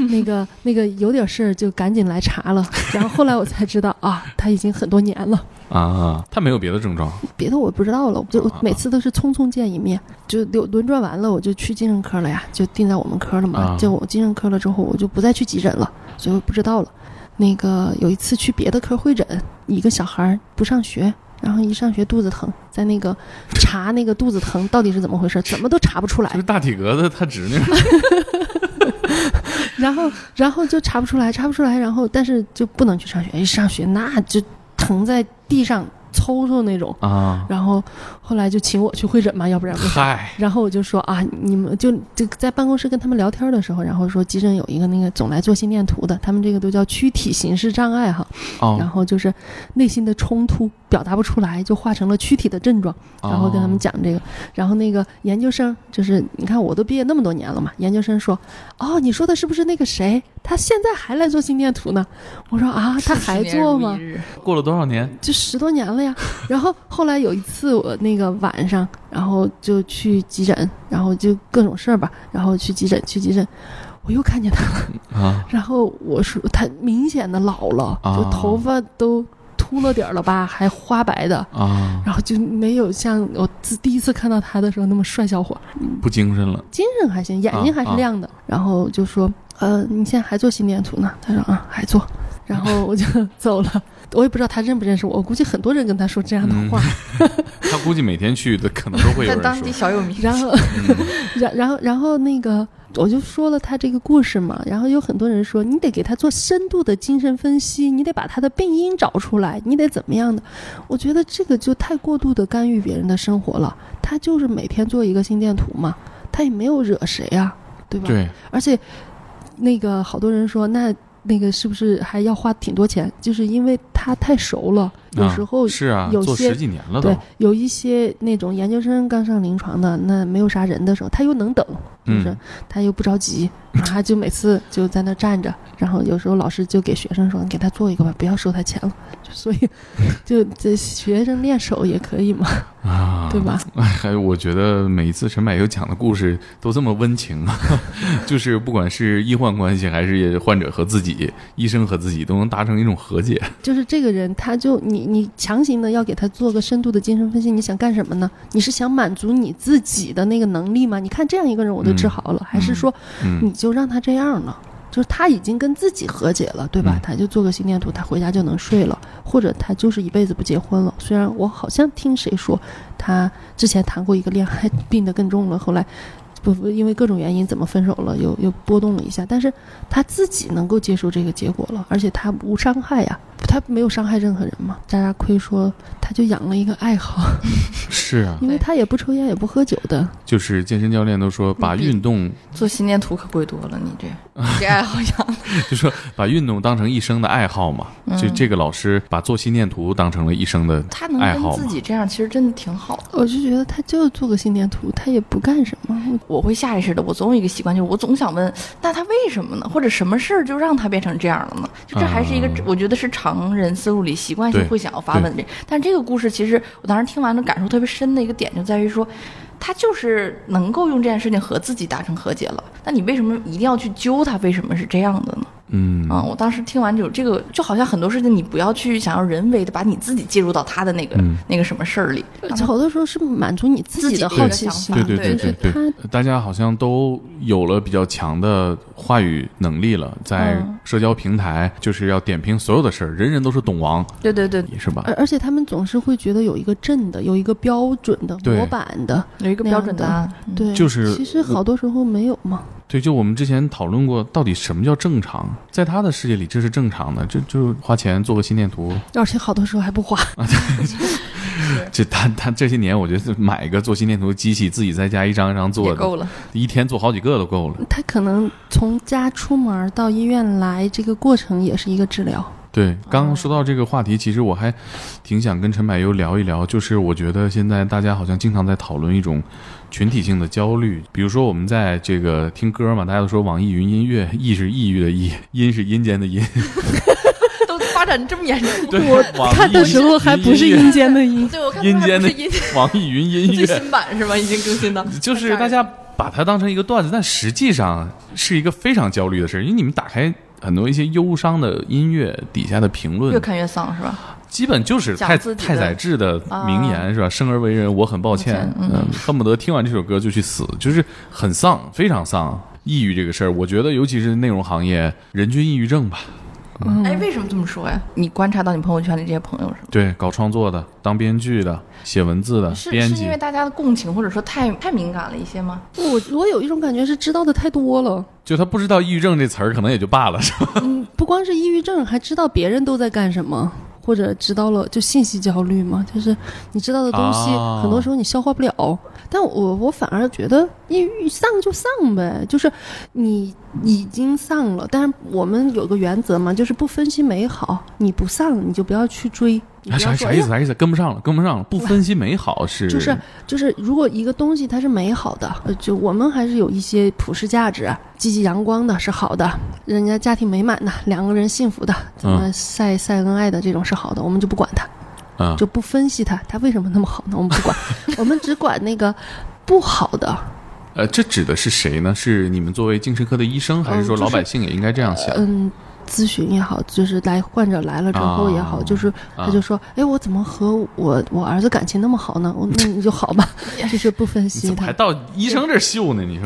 Speaker 2: 那个那个有点事儿就赶紧来查了。然后后来我才知道啊，他已经很多年了。
Speaker 1: 啊，他没有别的症状
Speaker 2: 别的我不知道了，我就
Speaker 1: 啊
Speaker 2: 每次都是匆匆见一面，就轮轮转完了，我就去精神科了呀，就定在我们科了
Speaker 1: 啊
Speaker 2: 嘛。就我精神科了之后，我就不再去急诊了，所以我不知道了。那个有一次去别的科会诊，一个小孩儿不上学，然后一上学肚子疼，在那个查那个肚子疼到底是怎么回事，怎么都查不出
Speaker 1: 就
Speaker 2: 来
Speaker 1: 是，大体格子，他侄女
Speaker 2: 然后然后就查不出来，查不出来，然后但是就不能去上学，一上学那就疼在地上抽抽那种。
Speaker 1: 啊，
Speaker 2: 然后后来就请我去会诊嘛，要不然不行。
Speaker 1: 嗨，
Speaker 2: 然后我就说啊，你们就就在办公室跟他们聊天的时候，然后说急诊有一个那个总来做心电图的，他们这个都叫躯体形式障碍哈，然
Speaker 1: 哦，
Speaker 2: 后就是内心的冲突表达不出来，就化成了躯体的症状，
Speaker 1: 哦
Speaker 2: 然后跟他们讲这个，然后那个研究生就是你看我都毕业那么多年了嘛，研究生说，哦，你说的是不是那个谁？他现在还来做心电图呢？我说啊，他还做吗？
Speaker 1: 哦过了多少年？
Speaker 2: 就十多年了呀。然后后来有一次我那个晚上，然后就去急诊，然后就各种事儿吧，然后去急诊去急诊，我又看见他了。
Speaker 1: 啊
Speaker 2: 然后我说他明显的老了，
Speaker 1: 啊
Speaker 2: 就头发都秃了点儿了吧，还花白的。
Speaker 1: 啊，
Speaker 2: 然后就没有像我自第一次看到他的时候那么帅小伙儿，
Speaker 1: 不精神了
Speaker 2: 精神还行，眼睛还是亮的。然后就说：“呃，你现在还做心电图呢？”他说：“啊，还做。”然后我就 走了。我也不知道他认不认识我，我估计很多人跟他说这样的话。
Speaker 1: 嗯 他估计每天去的可能都会有
Speaker 3: 在
Speaker 1: 人
Speaker 3: 当
Speaker 1: 说嗯
Speaker 3: 地，小有名气。
Speaker 2: 然后，然然后然后那个我就说了他这个故事嘛，然后有很多人说你得给他做深度的精神分析，你得把他的病因找出来，你得怎么样的？我觉得这个就太过度的干预别人的生活了。他就是每天做一个心电图嘛，他也没有惹谁啊，对吧？
Speaker 1: 对，
Speaker 2: 而且那个好多人说，那那个是不是还要花挺多钱？就是因为他太熟了，有
Speaker 1: 啊
Speaker 2: 时候、
Speaker 1: 是啊，
Speaker 2: 有
Speaker 1: 做
Speaker 2: 些
Speaker 1: 十几年了都
Speaker 2: 对，有一些那种研究生刚上临床的，那没有啥人的时候，他又能等，是不是？
Speaker 1: 嗯
Speaker 2: 他又不 着急，然后他就每次就在那站着，然后有时候老师就给学生说：“你给他做一个吧，不要收他钱了。”就所以， 就这学生练手也可以嘛，
Speaker 1: 啊，
Speaker 2: 对 吧？
Speaker 1: 还有，我觉得每一次陈柏优讲的故事都这么温情啊， 就是不管是医患关系，还是患者和自己、医生和自己，都能达成一种和解。
Speaker 2: 就是这个人，他就你你强行的要给他做个深度的精神分析，你想干什么呢？你是想满足你自己的那个能力吗？你看这样一个人我都治好了，还是说你
Speaker 1: 嗯，
Speaker 2: 就让他这样了？就是他已经跟自己和解了，对吧？
Speaker 1: 嗯
Speaker 2: 他就做个心电图，他回家就能睡了，或者他就是一辈子不结婚了。虽然我好像听谁说，他之前谈过一个恋爱，病得更重了，后来不不因为各种原因怎么分手了，又又波动了一下，但是他自己能够接受这个结果了，而且他无伤害呀、他没有伤害任何人嘛。渣渣亏说，他就养了一个爱好，
Speaker 1: 是啊，
Speaker 2: 因为他也不抽烟，也不喝酒的，
Speaker 1: 就是健身教练都说，把运动
Speaker 3: 做心电图可贵多了，你这你这爱好 养的，
Speaker 1: 就说把运动当成一生的爱好嘛。就
Speaker 2: 嗯
Speaker 1: 这个老师把做心电图当成了一生的
Speaker 3: 他能
Speaker 1: 爱好
Speaker 3: 跟
Speaker 1: 嘛
Speaker 3: 自己这样，其实真的挺好的。
Speaker 2: 我就觉得他就做个心电图，他也不干什么。我
Speaker 3: 我会下意识的，我总有一个习惯，就是我总想问，那他为什么呢？或者什么事儿就让他变成这样了呢？就这还是一个，
Speaker 1: 嗯
Speaker 3: 我觉得是常人思路里习惯
Speaker 1: 对
Speaker 3: 性会想要发问这。但这个故事其实我当时听完了感受特别深的一个点就在于说。他就是能够用这件事情和自己达成和解了，那你为什么一定要去揪他为什么是这样的呢？
Speaker 1: 嗯
Speaker 2: 哦
Speaker 3: 嗯，我当时听完就这个，就好像很多事情你不要去想要人为的把你自己介入到他的那个、
Speaker 1: 嗯
Speaker 3: 那个什么事儿里，让他
Speaker 2: 好多时候是满足你
Speaker 3: 自
Speaker 2: 自
Speaker 3: 己
Speaker 2: 己的
Speaker 3: 的一个
Speaker 2: 好奇
Speaker 3: 想
Speaker 2: 心
Speaker 3: 法，
Speaker 1: 对
Speaker 3: 对
Speaker 1: 对
Speaker 2: 对
Speaker 1: 对，大家好像都有了比较强的话语能力了，在
Speaker 3: 嗯
Speaker 1: 社交平台就是要点评所有的事儿，人人都是懂王，
Speaker 3: 对对对，
Speaker 1: 是吧
Speaker 2: 而？而且他们总是会觉得有一个正的，有一个标准的
Speaker 1: 对
Speaker 2: 模板的，
Speaker 3: 有一个标准答案，嗯
Speaker 2: 对，
Speaker 1: 就是
Speaker 2: 其实好多时候没有嘛。
Speaker 1: 对，就我们之前讨论过，到底什么叫正常？在他的世界里，这是正常的，这就是花钱做个心电图。
Speaker 2: 而且好多时候还不花，
Speaker 1: 这他他这些年，我觉得买一个做心电图的机器，自己在家一张一张
Speaker 3: 也
Speaker 1: 做的，
Speaker 3: 够了。
Speaker 1: 一天做好几个都够了。
Speaker 2: 他可能从家出门到医院来，这个过程也是一个治疗。
Speaker 1: 对，刚刚说到这个话题，其实我还挺想跟陈柏优聊一聊，就是我觉得现在大家好像经常在讨论一种群体性的焦虑，比如说我们在这个听歌嘛，大家都说网易云音乐，易是抑郁的易，阴是阴间 的阴，
Speaker 3: 都发展这么严重，
Speaker 1: 对，网易
Speaker 5: 看的时候还不是阴间的阴，
Speaker 3: 对我看
Speaker 1: 阴间的
Speaker 3: 还不是阴间
Speaker 1: 网易云音
Speaker 3: 最
Speaker 1: 乐，
Speaker 3: 新版是吧？已经更新到，
Speaker 1: 就是大家把它当成一个段子，但实际上是一个非常焦虑的事儿，因为你们打开。很多一些忧伤的音乐底下的评论
Speaker 3: 越，看越丧是吧？
Speaker 1: 基本就是
Speaker 3: 讲
Speaker 1: 太
Speaker 3: 自己的啊
Speaker 1: 太宰治的名言、是吧？生而为人，我很抱歉，
Speaker 3: 抱歉嗯
Speaker 1: 恨不得听完这首歌就去死，就是很丧，非常丧。啊抑郁这个事儿，我觉得尤其是内容行业，人均抑郁症吧，嗯
Speaker 3: 哎，为什么这么说呀？你观察到你朋友圈里这些朋友是吗？
Speaker 1: 对，搞创作的、当编剧的、写文字的、
Speaker 3: 是
Speaker 1: 编
Speaker 3: 是
Speaker 1: 辑
Speaker 3: 因为，大家的共情或者说太太敏感了一些吗？
Speaker 2: 我我有一种感觉是知道的太多了，
Speaker 1: 就他不知道抑郁症这词儿，可能也就罢了，是吧？
Speaker 2: 嗯，不光是抑郁症，还知道别人都在干什么，或者知道了就信息焦虑嘛，就是你知道的东西，
Speaker 1: 啊
Speaker 2: 很多时候你消化不了。但我我反而觉得抑郁丧就丧呗，就是你已经丧了，但是我们有个原则嘛，就是不分析美好，你不丧你就不要去追，你不
Speaker 1: 啥
Speaker 2: 要说
Speaker 1: 啥
Speaker 2: 哎
Speaker 1: 意
Speaker 2: 呀
Speaker 1: 思？啥意思？跟不上了，跟不上了。不分析美好 是
Speaker 2: 就是就是，如果一个东西它是美好的，呃就我们还是有一些普世价值，积极阳光的是好的，人家家庭美满的，两个人幸福的，怎么晒晒恩爱的这种是好的，我们就不管它，
Speaker 1: 嗯
Speaker 2: 就不分析它，它为什么那么好呢？我们 不管，我们只管那个不好的。
Speaker 1: 呃，这指的是谁呢？是你们作为精神科的医
Speaker 3: 哦
Speaker 1: 生，还是
Speaker 2: 嗯
Speaker 1: 说
Speaker 2: 就是
Speaker 1: 老百姓也应该这样
Speaker 3: 呃
Speaker 1: 想？
Speaker 2: 嗯，咨询也好，就是来患者来了之后也好，
Speaker 1: 啊
Speaker 2: 就是他就说，哎，我怎么和我我儿子感情那么好呢？我那你就好 吧，就是不分
Speaker 1: 你
Speaker 2: 析
Speaker 1: 怎么
Speaker 2: 它
Speaker 1: 还。到医生这儿秀呢？你 说，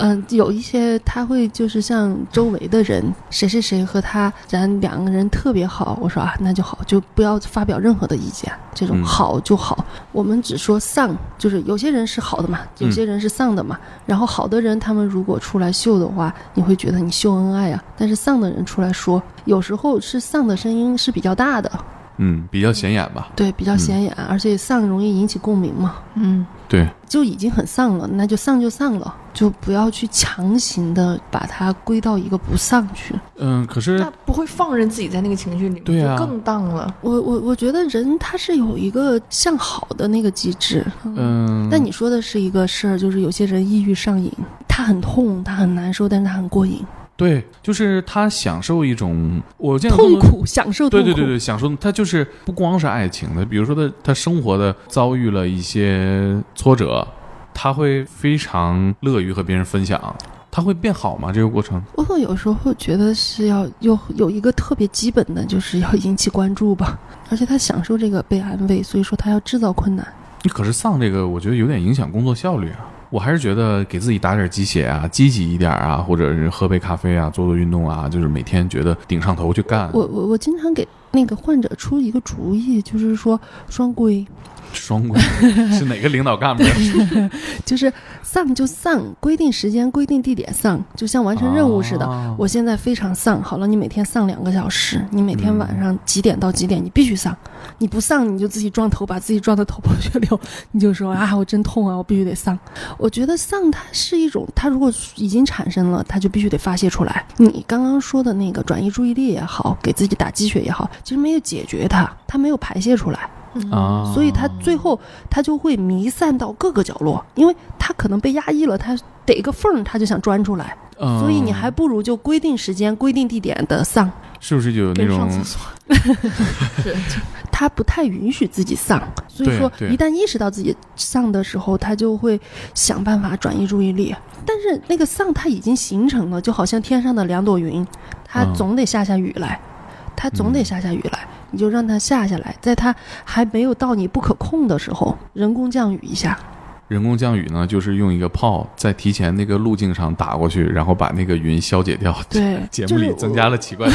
Speaker 2: 嗯，有一些他会就是像周围的人，谁谁谁和他，咱两个人特别好。我说啊，那就好，就不要发表任何的意见，这种
Speaker 1: 嗯
Speaker 2: 好就好。我们只说丧，就是有些人是好的嘛，有些人是丧的嘛。然后好的人他们如果出来秀的话，你会觉得你秀恩爱啊。但是丧的人出来说，有时候是丧的声音是比较大的，
Speaker 1: 嗯，比较显眼吧？
Speaker 2: 对，比较显眼，而且丧容易引起共鸣嘛。
Speaker 3: 嗯，
Speaker 1: 对，
Speaker 2: 就已经很丧了，那就丧就丧了，就不要去强行的把它归到一个不丧去。
Speaker 1: 嗯，可是
Speaker 3: 那不会放任自己在那个情绪里面，
Speaker 1: 对啊
Speaker 3: 就更荡了。
Speaker 2: 我我我觉得人他是有一个向好的那个机制，
Speaker 1: 嗯，
Speaker 2: 但你说的是一个事儿，就是有些人抑郁上瘾，他很痛，他很难受，但是他很过瘾，
Speaker 1: 对，就是他享受一种我见过
Speaker 2: 痛
Speaker 1: 更多。
Speaker 2: 苦享受痛
Speaker 1: 对对
Speaker 2: 苦，
Speaker 1: 对对，享受他就是不光是爱情的，比如说他他生活的遭遇了一些挫折，他会非常乐于和别人分享，他会变好吗？这个过程，
Speaker 2: 我会有时候觉得是要有有一个特别基本的，就是要引起关注吧，而且他享受这个被安慰，所以说他要制造困难。
Speaker 1: 你可是丧这个，我觉得有点影响工作效率啊。我还是觉得给自己打点鸡血啊，积极一点啊，或者是喝杯咖啡啊，做做运动啊，就是每天觉得顶上头去干。
Speaker 2: 我我我经常给那个患者出一个主意，就是说双规，
Speaker 1: 双规 是哪个领导干部？
Speaker 2: 就是丧就丧，规定时间、规定地点丧，就像完成任务似的。
Speaker 1: 啊
Speaker 2: 我现在非常丧，好了，你每天丧两个小时，你每天晚上几点到几点你必须丧，你不丧你就自己撞头，把自己撞得头破血流， 你就说啊，我真痛啊，我必须得丧。我觉得丧它是一种，它如果已经产生了，它就必须得发泄出来。你刚刚说的那个转移注意力也好，给自己打鸡血也好，其实没有解决它，它没有排泄出来。
Speaker 3: 嗯
Speaker 1: 啊，
Speaker 2: 嗯所以他最后他就会弥散到各个角落，因为他可能被压抑了，他逮个缝儿他就想钻出来，
Speaker 1: 嗯
Speaker 2: 所以你还不如就规定时间、规定地点的丧，
Speaker 1: 是不是就有那
Speaker 3: 跟上
Speaker 1: 种
Speaker 3: 厕 所，是
Speaker 2: 他不太允许自己丧，所以说
Speaker 1: 对对
Speaker 2: 一旦意识到自己丧的时候，他就会想办法转移注意力。但是那个丧它已经形成了，就好像天上的两朵云，它
Speaker 1: 嗯
Speaker 2: 总得下下雨来，它总得下下雨来，你就让它下下来，在它还没有到你不可控的时候，人工降雨一下，
Speaker 1: 人工降雨呢，就是用一个炮在提前那个路径上打过去，然后把那个云消解掉。
Speaker 2: 对
Speaker 1: 节目
Speaker 2: 就是
Speaker 1: 里
Speaker 2: 我
Speaker 1: 增加了奇怪的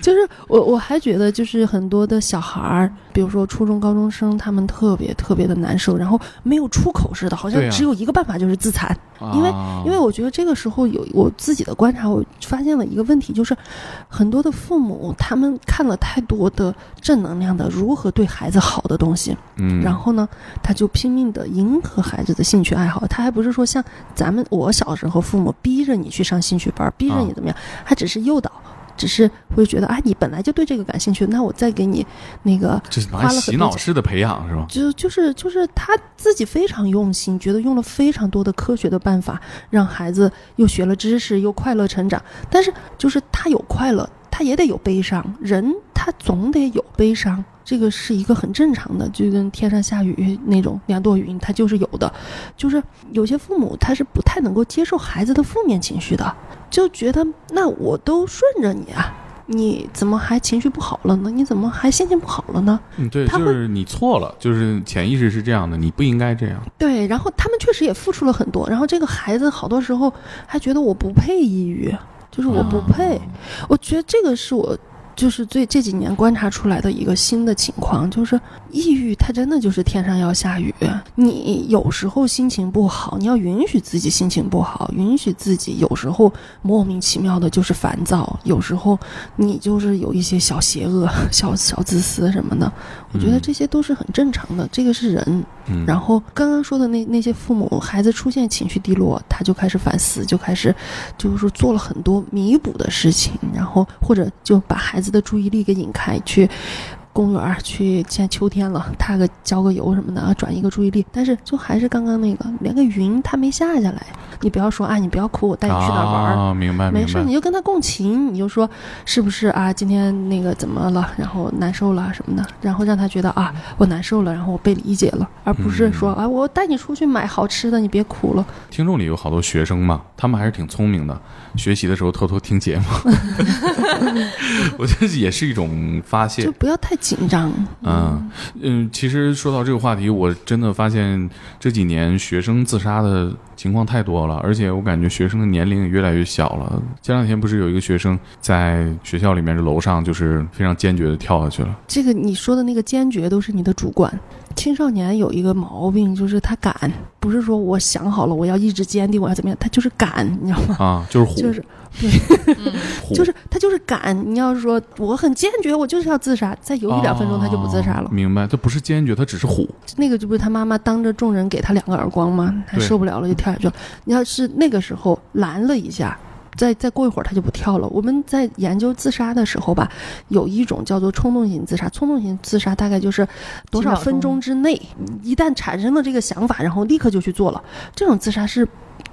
Speaker 2: 就是我我还觉得就是很多的小孩儿，比如说初中高中生，他们特别特别的难受，然后没有出口似的，好像
Speaker 1: 对啊
Speaker 2: 只有一个办法就是自残。
Speaker 1: 啊，
Speaker 2: 因为因为我觉得这个时候有我自己的观察，我发现了一个问题，就是很多的父母他们看了太多的正能量的如何对孩子好的东西，
Speaker 1: 嗯，
Speaker 2: 然后呢，他就拼命的迎合孩子的兴趣爱好。他还不是说像咱们我小时候父母逼着你去上兴趣班，逼着你怎么样，他只是诱导。只是会觉得啊，你本来就对这个感兴趣，那我再给你那个
Speaker 1: 这是
Speaker 2: 花了很
Speaker 1: 洗
Speaker 2: 多
Speaker 1: 脑
Speaker 2: 钱
Speaker 1: 式的培养是吧？
Speaker 2: 就就是就是他自己非常用心，觉得用了非常多的科学的办法，让孩子又学了知识，又快乐成长。但是就是他有快乐，他也得有悲伤，人他总得有悲伤，这个是一个很正常的，就跟天上下雨那种两朵云，它就是有的。就是有些父母他是不太能够接受孩子的负面情绪的，就觉得那我都顺着你啊。你怎么还情绪不好了呢？你怎么还心情不好了呢？
Speaker 1: 嗯，对，
Speaker 2: 他
Speaker 1: 就
Speaker 2: 会
Speaker 1: 是你错了，就是潜意识是这样的，你不应该这样。
Speaker 2: 对，然后他们确实也付出了很多，然后这个孩子好多时候还觉得我不配抑郁，就是我不配。我觉得这个是我就是最这几年观察出来的一个新的情况，就是抑郁它真的就是天上要下雨，你有时候心情不好，你要允许自己心情不好，允许自己有时候莫名其妙的就是烦躁，有时候你就是有一些小邪恶、 小小自私什么的，我觉得
Speaker 1: 嗯
Speaker 2: 这些都是很正常的，这个是人。
Speaker 1: 嗯，
Speaker 2: 然后刚刚说的那那些父母，孩子出现情绪低落，他就开始反思，就开始就是做了很多弥补的事情，然后或者就把孩子的注意力给引开去。公园儿去，现在秋天了，踏个浇个油什么的啊，转移个注意力。但是就还是刚刚那个，连个云它没下下来。你不要说啊，你不要哭，我带你去哪儿玩儿、
Speaker 1: 啊，明白
Speaker 2: 没
Speaker 1: 明
Speaker 2: 事，
Speaker 1: 白
Speaker 2: 你。就跟他共情，你就说是不是啊？今天那个怎么了？然后难受了什么的，然后让他觉得啊，
Speaker 1: 嗯
Speaker 2: 我难受了，然后我被理解了，而不是说啊，我带你出去买好吃的，你别哭了。
Speaker 1: 听众里有好多学生嘛，他们还是挺聪明的，学习的时候偷偷听节 目， 我觉得也是一种发泄
Speaker 2: 就。不要太紧张。
Speaker 1: 嗯嗯，其实说到这个话题，我真的发现这几年学生自杀的情况太多了，而且我感觉学生的年龄也越来越小了。前两天不是有一个学生在学校里面的楼上，就是非常坚决的跳下去了。
Speaker 2: 这个你说的那个坚决都是你的主观。青少年有一个毛病，就是他敢，不是说我想好了，我要意志坚定，我要怎么样，他就是敢，你知道 吗？
Speaker 1: 啊，就是虎，
Speaker 2: 就是
Speaker 1: 虎
Speaker 2: 就是他就是敢。你要是说我很坚决，我就是要自杀，再犹豫两分钟他就不自杀了
Speaker 1: 哦。
Speaker 2: 嗯
Speaker 1: 明白，他不是坚决，他只是虎。
Speaker 2: 那个就不是他妈妈当着众人给他两个耳光吗？他
Speaker 1: 对
Speaker 2: 受不了了就跳下去了。你要是那个时候拦了一下，再再过一会儿他就不跳了。我们在研究自杀的时候吧，有一种叫做冲动型自杀。冲动型自杀大概就是多少
Speaker 3: 几秒钟
Speaker 2: 分钟之内，一旦产生了这个想法，然后立刻就去做了。这种自杀是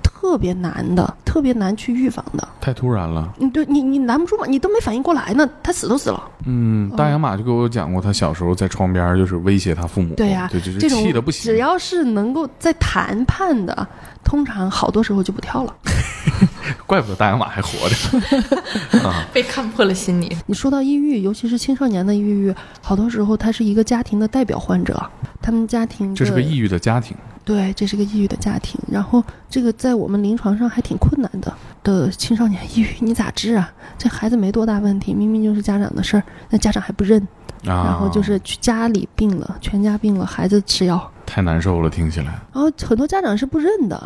Speaker 2: 特别难的，特别难去预防的。
Speaker 1: 太突然了，
Speaker 2: 你对你你拦不住嘛，你都没反应过来呢，他死都死了。
Speaker 1: 嗯，
Speaker 2: 哦
Speaker 1: 大洋马就给我讲过，他小时候在窗边就是威胁他父母，
Speaker 2: 对呀
Speaker 1: 就就是
Speaker 2: 这种
Speaker 1: 气的不行
Speaker 2: 只。要是能够在谈判的，通常好多时候就不跳了。
Speaker 1: 怪不得大洋马还活着。
Speaker 3: 被看破了心理。
Speaker 2: 你说到抑郁，尤其是青少年的抑郁，好多时候他是一个家庭的代表患者，他们家庭的
Speaker 1: 这是个抑郁的家庭，
Speaker 2: 对，这是个抑郁的家庭。然后这个在我们临床上还挺困难的的青少年 抑郁，你咋治啊？这孩子没多大问题，明明就是家长的事儿，那家长还不认，
Speaker 1: 啊、
Speaker 2: 然后就是去家里病了，全家病了，孩子吃药，
Speaker 1: 太难受了，听起来。
Speaker 2: 然后很多家长是不认的。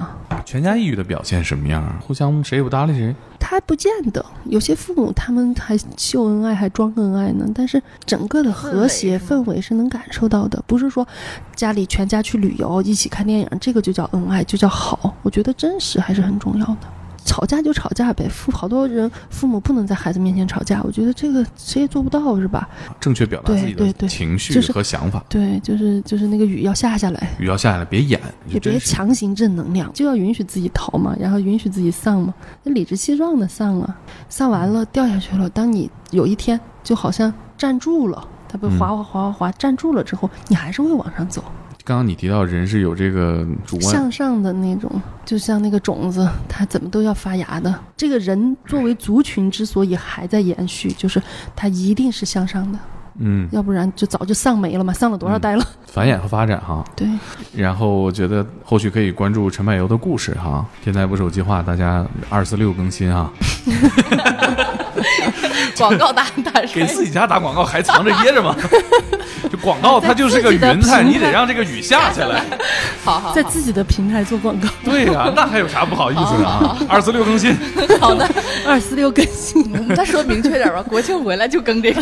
Speaker 1: 全家抑郁的表现什么样啊？互相谁也不搭理谁。
Speaker 2: 他不见得，有些父母他们还秀恩爱，还装恩爱呢。但是整个的和谐
Speaker 3: 氛
Speaker 2: 氛围是能感受到的，不是说家里全家去旅游，一起看电影，这个就叫恩爱，就叫好。我觉得真实还是很重要的。吵架就吵架呗，父好多人父母不能在孩子面前吵架，我觉得这个谁也做不到，是吧？
Speaker 1: 正确表达
Speaker 2: 对
Speaker 1: 自己
Speaker 2: 对
Speaker 1: 的
Speaker 2: 对
Speaker 1: 情绪
Speaker 2: 就是
Speaker 1: 和想法，
Speaker 2: 对，就是就是那个雨要下下来，
Speaker 1: 雨要下来别演，
Speaker 2: 也别
Speaker 1: 抢。
Speaker 2: 强行正能量，就要允许自己逃嘛，然后允许自己丧嘛，那理直气壮的丧啊，丧完了掉下去了。当你有一天就好像站住了，它不
Speaker 1: 嗯
Speaker 2: 是滑滑滑滑滑站住了之后，你还是会往上走。
Speaker 1: 刚刚你提到人是有这个主观，
Speaker 2: 向上的那种，就像那个种子，它怎么都要发芽的。这个人作为族群之所以还在延续，就是他一定是向上的，
Speaker 1: 嗯，
Speaker 2: 要不然就早就丧没了嘛，丧了多少代了？
Speaker 1: 繁衍和发展哈。
Speaker 2: 对，
Speaker 1: 然后我觉得后续可以关注陈柏游的故事哈，天才捕手计划大家二四六更新 啊，
Speaker 3: 广告打打
Speaker 1: 给
Speaker 3: 谁？
Speaker 1: 自己家打广告还藏着掖着 吗？这广告它就是个云彩，你得让这个雨下起 来。
Speaker 3: 好好
Speaker 5: 在自己的平台做广告，
Speaker 1: 对呀、那还有啥不好意思的啊？
Speaker 2: 哦
Speaker 1: 二四六更新，
Speaker 3: 好的，
Speaker 5: 二四六更新。
Speaker 3: 我们再说明确点吧，国庆回来就更这个。